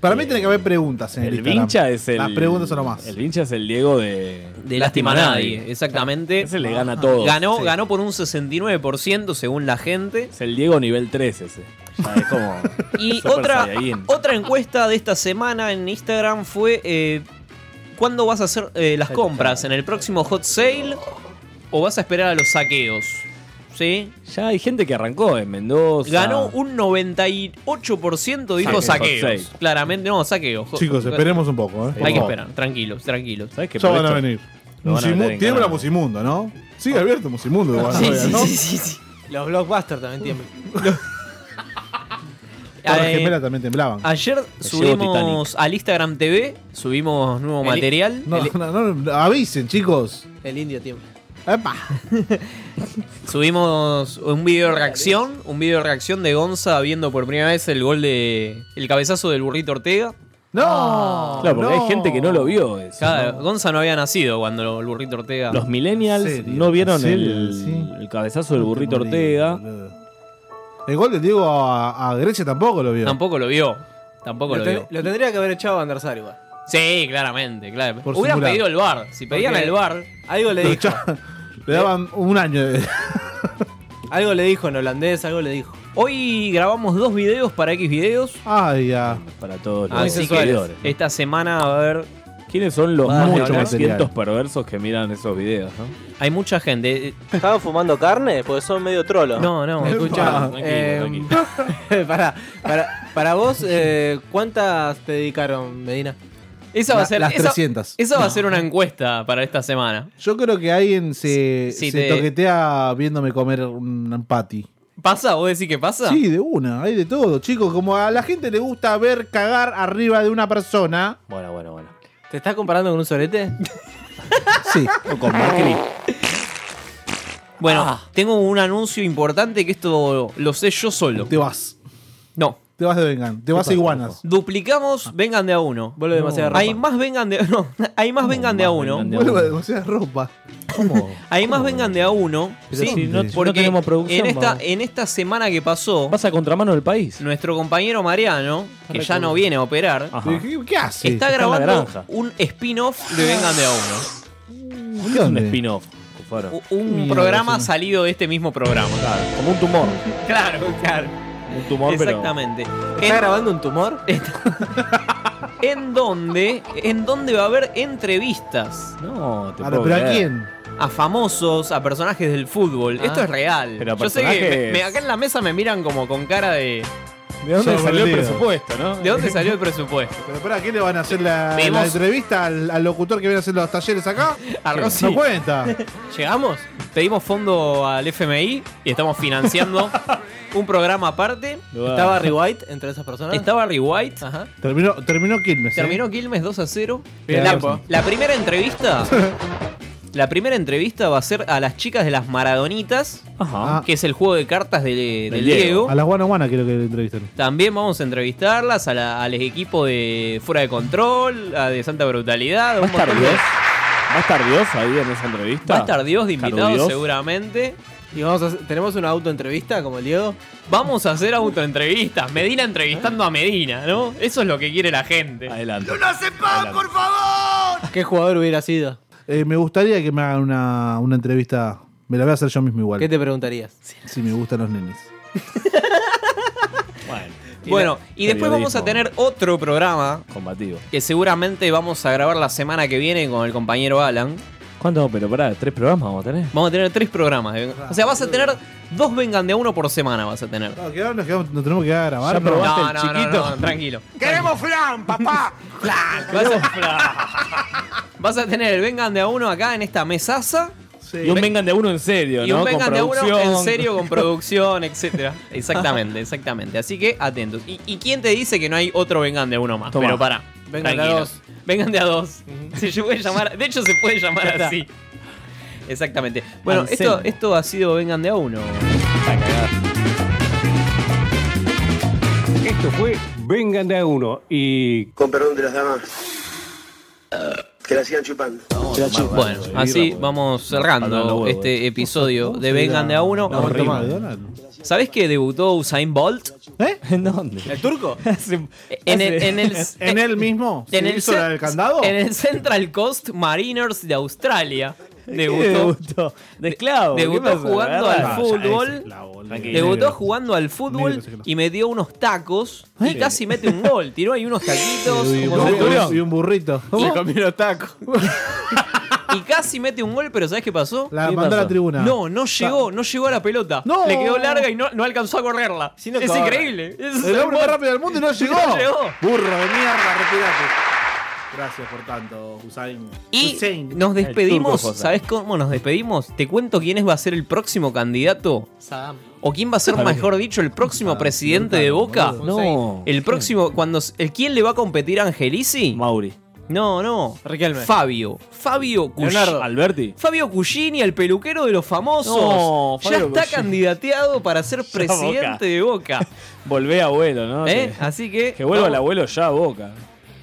[SPEAKER 2] Para mí tiene que haber preguntas en el,
[SPEAKER 5] Eh, El
[SPEAKER 2] Instagram.
[SPEAKER 5] vincha es el.
[SPEAKER 2] Las preguntas son lo más.
[SPEAKER 5] El vincha es el Diego de.
[SPEAKER 3] De lástima a nadie, exactamente.
[SPEAKER 5] Ese le gana a todos.
[SPEAKER 3] Ganó,
[SPEAKER 5] Sí.
[SPEAKER 3] ganó por un 69% según la gente.
[SPEAKER 5] Es el Diego nivel 3 ese. Ya,
[SPEAKER 3] <laughs>
[SPEAKER 5] es como. <laughs>
[SPEAKER 3] Y
[SPEAKER 5] Super
[SPEAKER 3] otra,
[SPEAKER 5] Saiyajin.
[SPEAKER 3] otra encuesta de esta semana en Instagram fue eh, ¿Cuándo vas a hacer eh, las compras? ¿En el próximo hot sale? ¿O vas a esperar a los saqueos? ¿Sí?
[SPEAKER 5] Ya hay gente que arrancó en Mendoza.
[SPEAKER 3] Ganó un 98% dijo
[SPEAKER 5] Saqueos.
[SPEAKER 3] saqueos.
[SPEAKER 5] Hot sale.
[SPEAKER 3] Claramente, no, saqueos. Hot-
[SPEAKER 2] Chicos, esperemos un poco, ¿eh?
[SPEAKER 3] Hay que
[SPEAKER 2] Por favor.
[SPEAKER 3] esperar, tranquilos, tranquilos.
[SPEAKER 5] ¿Sabes qué?
[SPEAKER 2] Ya
[SPEAKER 5] Por
[SPEAKER 2] van a
[SPEAKER 5] esto-
[SPEAKER 2] venir.
[SPEAKER 5] Lo van a meter
[SPEAKER 2] Musimu-
[SPEAKER 5] en Ah.
[SPEAKER 2] tiembla
[SPEAKER 5] canal.
[SPEAKER 2] Musimundo, ¿no? Sigue abierto Musimundo. igual,
[SPEAKER 4] Sí,
[SPEAKER 2] todavía,
[SPEAKER 4] sí,
[SPEAKER 2] ¿no?
[SPEAKER 4] sí, sí, sí. Los blockbusters también tiemblan.
[SPEAKER 2] Torres
[SPEAKER 3] Eh,
[SPEAKER 2] Gemelas también temblaban.
[SPEAKER 5] Ah,
[SPEAKER 3] Ayer subimos al Instagram TV, subimos nuevo
[SPEAKER 4] El-
[SPEAKER 3] material.
[SPEAKER 2] No,
[SPEAKER 3] El-
[SPEAKER 2] no, no, no, avisen, chicos.
[SPEAKER 4] El indio tiembla.
[SPEAKER 2] Epa.
[SPEAKER 3] Subimos un video de reacción, un video de reacción de Gonza viendo por primera vez el gol de el cabezazo del burrito Ortega.
[SPEAKER 2] No.
[SPEAKER 5] Claro, porque hay gente que no lo vio. eso.
[SPEAKER 3] Claro, Gonza no había nacido cuando el burrito Ortega.
[SPEAKER 5] Los millennials
[SPEAKER 2] Serio,
[SPEAKER 5] no vieron
[SPEAKER 2] serio,
[SPEAKER 5] el,
[SPEAKER 2] sí.
[SPEAKER 5] el cabezazo del
[SPEAKER 2] No
[SPEAKER 5] burrito
[SPEAKER 2] tengo ni idea,
[SPEAKER 5] Ortega.
[SPEAKER 2] boludo. El gol de Diego a, a Grecia tampoco lo vio.
[SPEAKER 3] Tampoco lo vio. Tampoco
[SPEAKER 4] Lo,
[SPEAKER 3] lo,
[SPEAKER 4] ten-
[SPEAKER 3] vio.
[SPEAKER 4] lo tendría que haber echado a Bandersar igual.
[SPEAKER 3] Sí, claramente, claro.
[SPEAKER 2] Por
[SPEAKER 3] Hubieran
[SPEAKER 2] simular.
[SPEAKER 3] pedido el bar. Si pedían
[SPEAKER 4] Porque-
[SPEAKER 3] el bar,
[SPEAKER 4] Algo le
[SPEAKER 2] Lo
[SPEAKER 4] dijo.
[SPEAKER 2] echaban- le daban un año de. <laughs>
[SPEAKER 4] Algo le dijo en holandés, algo le dijo.
[SPEAKER 3] hoy grabamos dos videos para X videos.
[SPEAKER 2] Ay, ya.
[SPEAKER 5] Para todos los
[SPEAKER 3] Así que
[SPEAKER 5] seguidores.
[SPEAKER 3] esta semana va a haber
[SPEAKER 5] ¿Quiénes son los
[SPEAKER 3] Vale,
[SPEAKER 5] más de
[SPEAKER 3] mucho
[SPEAKER 5] 300
[SPEAKER 2] material.
[SPEAKER 5] perversos que miran esos videos? ¿no?
[SPEAKER 3] hay mucha gente. Eh,
[SPEAKER 4] ¿Estaban fumando carne? Porque son medio trolo.
[SPEAKER 3] No, no.
[SPEAKER 4] Escucha,
[SPEAKER 5] Tranquilo,
[SPEAKER 4] eh, <laughs> para, para, para vos, eh, ¿cuántas te dedicaron, Medina?
[SPEAKER 3] Esa va a
[SPEAKER 2] La-
[SPEAKER 3] ser
[SPEAKER 2] las
[SPEAKER 3] esa-
[SPEAKER 2] 300.
[SPEAKER 3] Esa va a ser una encuesta para esta semana.
[SPEAKER 2] Yo creo que alguien se,
[SPEAKER 3] Sí,
[SPEAKER 2] se
[SPEAKER 3] te-
[SPEAKER 2] toquetea viéndome comer un patty.
[SPEAKER 3] ¿Pasa? ¿Vos decís que pasa?
[SPEAKER 2] Sí, de una, hay de todo, chicos. Como a la gente le gusta ver cagar arriba de una persona.
[SPEAKER 5] Bueno, bueno, bueno.
[SPEAKER 4] ¿Te estás comparando con un sorete?
[SPEAKER 2] Sí.
[SPEAKER 5] Con Macri. Ah.
[SPEAKER 3] Bueno, tengo un anuncio importante que esto lo sé yo solo.
[SPEAKER 2] Te vas.
[SPEAKER 3] No,
[SPEAKER 2] te vas de Vengan, te vas a Iguanas.
[SPEAKER 3] Duplicamos, vengan de a uno.
[SPEAKER 5] Ah. Vuelve demasiada ropa.
[SPEAKER 3] Hay más vengan de <laughs> no, hay más vengan de a uno.
[SPEAKER 5] vengan de a
[SPEAKER 2] Vuelvo demasiada ropa.
[SPEAKER 3] Hay más vengan de a uno.
[SPEAKER 5] Pero
[SPEAKER 3] ¿sí?
[SPEAKER 5] si no- si no
[SPEAKER 3] Porque
[SPEAKER 5] tenemos producción,
[SPEAKER 3] en esta,
[SPEAKER 5] vamos.
[SPEAKER 3] en esta semana que pasó,
[SPEAKER 5] Pasa contramano del país.
[SPEAKER 3] nuestro compañero Mariano, que ya no viene a operar,
[SPEAKER 5] Ajá.
[SPEAKER 2] ¿Qué, qué haces?
[SPEAKER 3] está
[SPEAKER 5] Ah, está en la
[SPEAKER 3] grabando
[SPEAKER 5] granja.
[SPEAKER 3] un spin-off de Vengan de a
[SPEAKER 5] <gasps>
[SPEAKER 3] uno.
[SPEAKER 5] Es un spin-off. Cufaro.
[SPEAKER 3] U- Un
[SPEAKER 5] Mierda,
[SPEAKER 3] programa
[SPEAKER 5] sí.
[SPEAKER 3] salido de este mismo programa.
[SPEAKER 5] Claro, como un tumor.
[SPEAKER 3] Claro, claro.
[SPEAKER 5] Un tumor, pero.
[SPEAKER 3] Exactamente.
[SPEAKER 18] ¿Está grabando un
[SPEAKER 3] <laughs>
[SPEAKER 18] tumor?
[SPEAKER 3] En donde, en donde va a haber entrevistas
[SPEAKER 5] No, te
[SPEAKER 2] Ahora,
[SPEAKER 5] puedo
[SPEAKER 2] ¿Pero a
[SPEAKER 5] creer.
[SPEAKER 2] quién?
[SPEAKER 3] a famosos, a personajes del fútbol.
[SPEAKER 18] Ah.
[SPEAKER 3] Esto es real.
[SPEAKER 5] Pero
[SPEAKER 3] Yo sé que me-
[SPEAKER 5] personajes-
[SPEAKER 3] me- acá en la mesa me miran como con cara de.
[SPEAKER 5] ¿De dónde
[SPEAKER 2] Sorprendido.
[SPEAKER 5] salió el presupuesto, no?
[SPEAKER 3] ¿De dónde salió el presupuesto?
[SPEAKER 2] Pero para ¿qué le van a hacer la,
[SPEAKER 3] Vemos.
[SPEAKER 2] la entrevista al, al locutor que viene a hacer los talleres acá?
[SPEAKER 3] A Rossi.
[SPEAKER 2] No cuenta.
[SPEAKER 3] Llegamos, pedimos fondo al FMI y estamos
[SPEAKER 18] <laughs>
[SPEAKER 3] financiando un programa aparte.
[SPEAKER 18] ¿Está Barry White entre esas personas?
[SPEAKER 3] Está Barry White.
[SPEAKER 18] Ajá.
[SPEAKER 2] Terminó, terminó Quilmes. ¿eh?
[SPEAKER 3] Terminó Quilmes 2 a 0.
[SPEAKER 2] Bien,
[SPEAKER 3] La,
[SPEAKER 2] Rossi.
[SPEAKER 3] la primera
[SPEAKER 5] <laughs>
[SPEAKER 3] entrevista. La primera entrevista va a ser a las chicas de las Maradonitas,
[SPEAKER 5] Ajá.
[SPEAKER 2] Ah.
[SPEAKER 3] que es el juego de cartas de, del
[SPEAKER 5] Del
[SPEAKER 3] Diego.
[SPEAKER 5] Diego.
[SPEAKER 2] A las Guana Guana quiero que le entrevisten.
[SPEAKER 3] También vamos a entrevistarlas a la- al equipo de Fuera de Control, a de Santa Brutalidad.
[SPEAKER 5] ¿Va a
[SPEAKER 3] un
[SPEAKER 5] estar
[SPEAKER 3] montón de-
[SPEAKER 5] Dios? ¿Va a estar Dios ahí en esa entrevista?
[SPEAKER 3] Va a estar Dios de invitado
[SPEAKER 5] Dios.
[SPEAKER 3] seguramente.
[SPEAKER 18] Y vamos a hacer- ¿Tenemos una autoentrevista como el Diego?
[SPEAKER 3] Vamos a hacer autoentrevistas. Medina entrevistando a Medina, ¿no? Eso es lo que quiere la gente.
[SPEAKER 5] Adelante.
[SPEAKER 18] ¿Qué jugador hubiera sido?
[SPEAKER 2] Eh, me gustaría que me hagan una, una entrevista. Me la voy a hacer yo mismo igual.
[SPEAKER 18] ¿Qué te preguntarías?
[SPEAKER 2] Si me gustan los nenes.
[SPEAKER 5] Bueno,
[SPEAKER 3] Bueno, y después vamos a tener otro programa
[SPEAKER 5] Combativo.
[SPEAKER 3] que seguramente vamos a grabar la semana que viene con el compañero Alan.
[SPEAKER 5] ¿Cuánto? Pero pará, ¿tres programas vamos a tener?
[SPEAKER 3] Vamos a tener tres programas. de- O sea, vas a tener dos vengan de a uno por semana, vas a tener.
[SPEAKER 2] No, quedamos- nos, quedamos- nos tenemos que quedar a grabar.
[SPEAKER 5] Ya
[SPEAKER 2] ¿no?
[SPEAKER 5] probá.
[SPEAKER 3] No, no,
[SPEAKER 5] ¿Probaste el
[SPEAKER 3] no,
[SPEAKER 5] chiquito?
[SPEAKER 3] no, tranquilo.
[SPEAKER 1] ¡Queremos flan, papá! ¡Flan!
[SPEAKER 3] Vas a, Vas a tener el vengan de a uno acá en esta mesaza
[SPEAKER 2] Sí.
[SPEAKER 5] Y un vengan de a uno en serio,
[SPEAKER 3] y
[SPEAKER 5] ¿no?
[SPEAKER 3] un
[SPEAKER 5] Con
[SPEAKER 3] vengan de a uno
[SPEAKER 5] producción.
[SPEAKER 3] en
[SPEAKER 18] <laughs>
[SPEAKER 3] serio con producción, etcétera. Exactamente, exactamente. Así que atentos. ¿Y, y quién te dice que no hay otro vengan de a uno más?
[SPEAKER 5] Tomá.
[SPEAKER 3] Pero pará.
[SPEAKER 18] Vengan de a
[SPEAKER 3] tranquilos.
[SPEAKER 18] dos.
[SPEAKER 3] Vengan de a dos. Se puede llamar, de hecho, se
[SPEAKER 18] <laughs>
[SPEAKER 3] puede
[SPEAKER 18] Ya
[SPEAKER 3] llamar
[SPEAKER 18] está.
[SPEAKER 3] así. Exactamente. Bueno,
[SPEAKER 5] Anselmo.
[SPEAKER 3] esto, esto ha sido Vengan de a uno.
[SPEAKER 21] Esto fue Vengan de a uno y
[SPEAKER 22] Con perdón de las damas. Que la sigan chupando.
[SPEAKER 3] Bueno, así vamos
[SPEAKER 5] Pará, no,
[SPEAKER 3] cerrando
[SPEAKER 5] huevo,
[SPEAKER 3] este episodio de Vengan de a uno.
[SPEAKER 2] No,
[SPEAKER 5] horrible.
[SPEAKER 2] toma, Donald.
[SPEAKER 3] ¿Sabés que debutó Usain Bolt?
[SPEAKER 5] <laughs> ¿En dónde?
[SPEAKER 18] ¿El turco?
[SPEAKER 5] <laughs> Hace-
[SPEAKER 3] En el,
[SPEAKER 5] hace-
[SPEAKER 3] en
[SPEAKER 5] <laughs>
[SPEAKER 3] el,
[SPEAKER 2] ¿En él mismo?
[SPEAKER 3] en
[SPEAKER 2] ¿Se
[SPEAKER 3] el
[SPEAKER 2] hizo
[SPEAKER 3] cen-
[SPEAKER 2] la del candado?
[SPEAKER 3] en el Central Coast Mariners de Australia. Debutó,
[SPEAKER 5] debutó? De esclavo. ¿qué
[SPEAKER 3] debutó
[SPEAKER 5] pasa?
[SPEAKER 3] jugando
[SPEAKER 5] Ah,
[SPEAKER 3] al
[SPEAKER 5] ya,
[SPEAKER 3] fútbol.
[SPEAKER 5] ese esclavo, tranquilo.
[SPEAKER 3] debutó jugando al fútbol
[SPEAKER 2] Negro, sí, claro.
[SPEAKER 3] y metió unos tacos
[SPEAKER 5] ¿Eh?
[SPEAKER 3] y casi mete un gol. Tiró ahí unos taquitos
[SPEAKER 2] Y un,
[SPEAKER 3] como se
[SPEAKER 2] burrito,
[SPEAKER 3] tuvieron,
[SPEAKER 2] y un burrito.
[SPEAKER 3] Y-
[SPEAKER 18] Comieron tacos.
[SPEAKER 3] y casi mete un gol, pero ¿sabés qué pasó?
[SPEAKER 2] La
[SPEAKER 5] ¿Qué
[SPEAKER 2] mandó a
[SPEAKER 5] pasó?
[SPEAKER 2] la tribuna.
[SPEAKER 3] No, no llegó, no llegó a la pelota.
[SPEAKER 2] No.
[SPEAKER 3] Le quedó larga y no, no alcanzó a correrla.
[SPEAKER 18] Sí, no
[SPEAKER 3] es
[SPEAKER 18] corre.
[SPEAKER 3] increíble. Es <laughs>
[SPEAKER 2] El hombre más rápido del mundo y no llegó.
[SPEAKER 3] llegó.
[SPEAKER 2] Burro de mierda, retirate. Gracias por tanto, Usain.
[SPEAKER 3] Y
[SPEAKER 2] Usain.
[SPEAKER 3] nos despedimos.
[SPEAKER 5] El turco José.
[SPEAKER 3] ¿Sabes cómo nos despedimos? Te cuento quién es va a ser el próximo candidato. O quién va a ser, mejor dicho, el próximo presidente de Boca.
[SPEAKER 5] No.
[SPEAKER 3] El próximo, cuando. s- el- ¿Quién le va a competir a Angelici?
[SPEAKER 5] Mauri.
[SPEAKER 3] No, no.
[SPEAKER 18] Riquelme.
[SPEAKER 3] Fabio. Fabio Cugini.
[SPEAKER 5] Leonardo. Alberti.
[SPEAKER 3] Fabio Cugini, el peluquero de los famosos.
[SPEAKER 5] No,
[SPEAKER 3] ya
[SPEAKER 5] Fabio
[SPEAKER 3] está
[SPEAKER 5] Cugini.
[SPEAKER 3] candidateado para
[SPEAKER 5] <laughs>
[SPEAKER 3] ser presidente de Boca.
[SPEAKER 5] Volvé abuelo, ¿no?
[SPEAKER 3] ¿Eh?
[SPEAKER 5] Que-
[SPEAKER 3] Así que.
[SPEAKER 5] Que vuelva el
[SPEAKER 3] vamos.
[SPEAKER 5] abuelo ya a boca.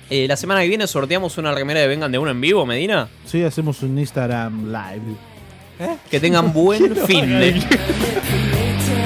[SPEAKER 3] Eh, la semana que viene sorteamos una remera de Vengan de uno en vivo, Medina.
[SPEAKER 2] Sí, hacemos un Instagram live.
[SPEAKER 5] <laughs>
[SPEAKER 3] Que tengan buen fin de.
[SPEAKER 23] Later.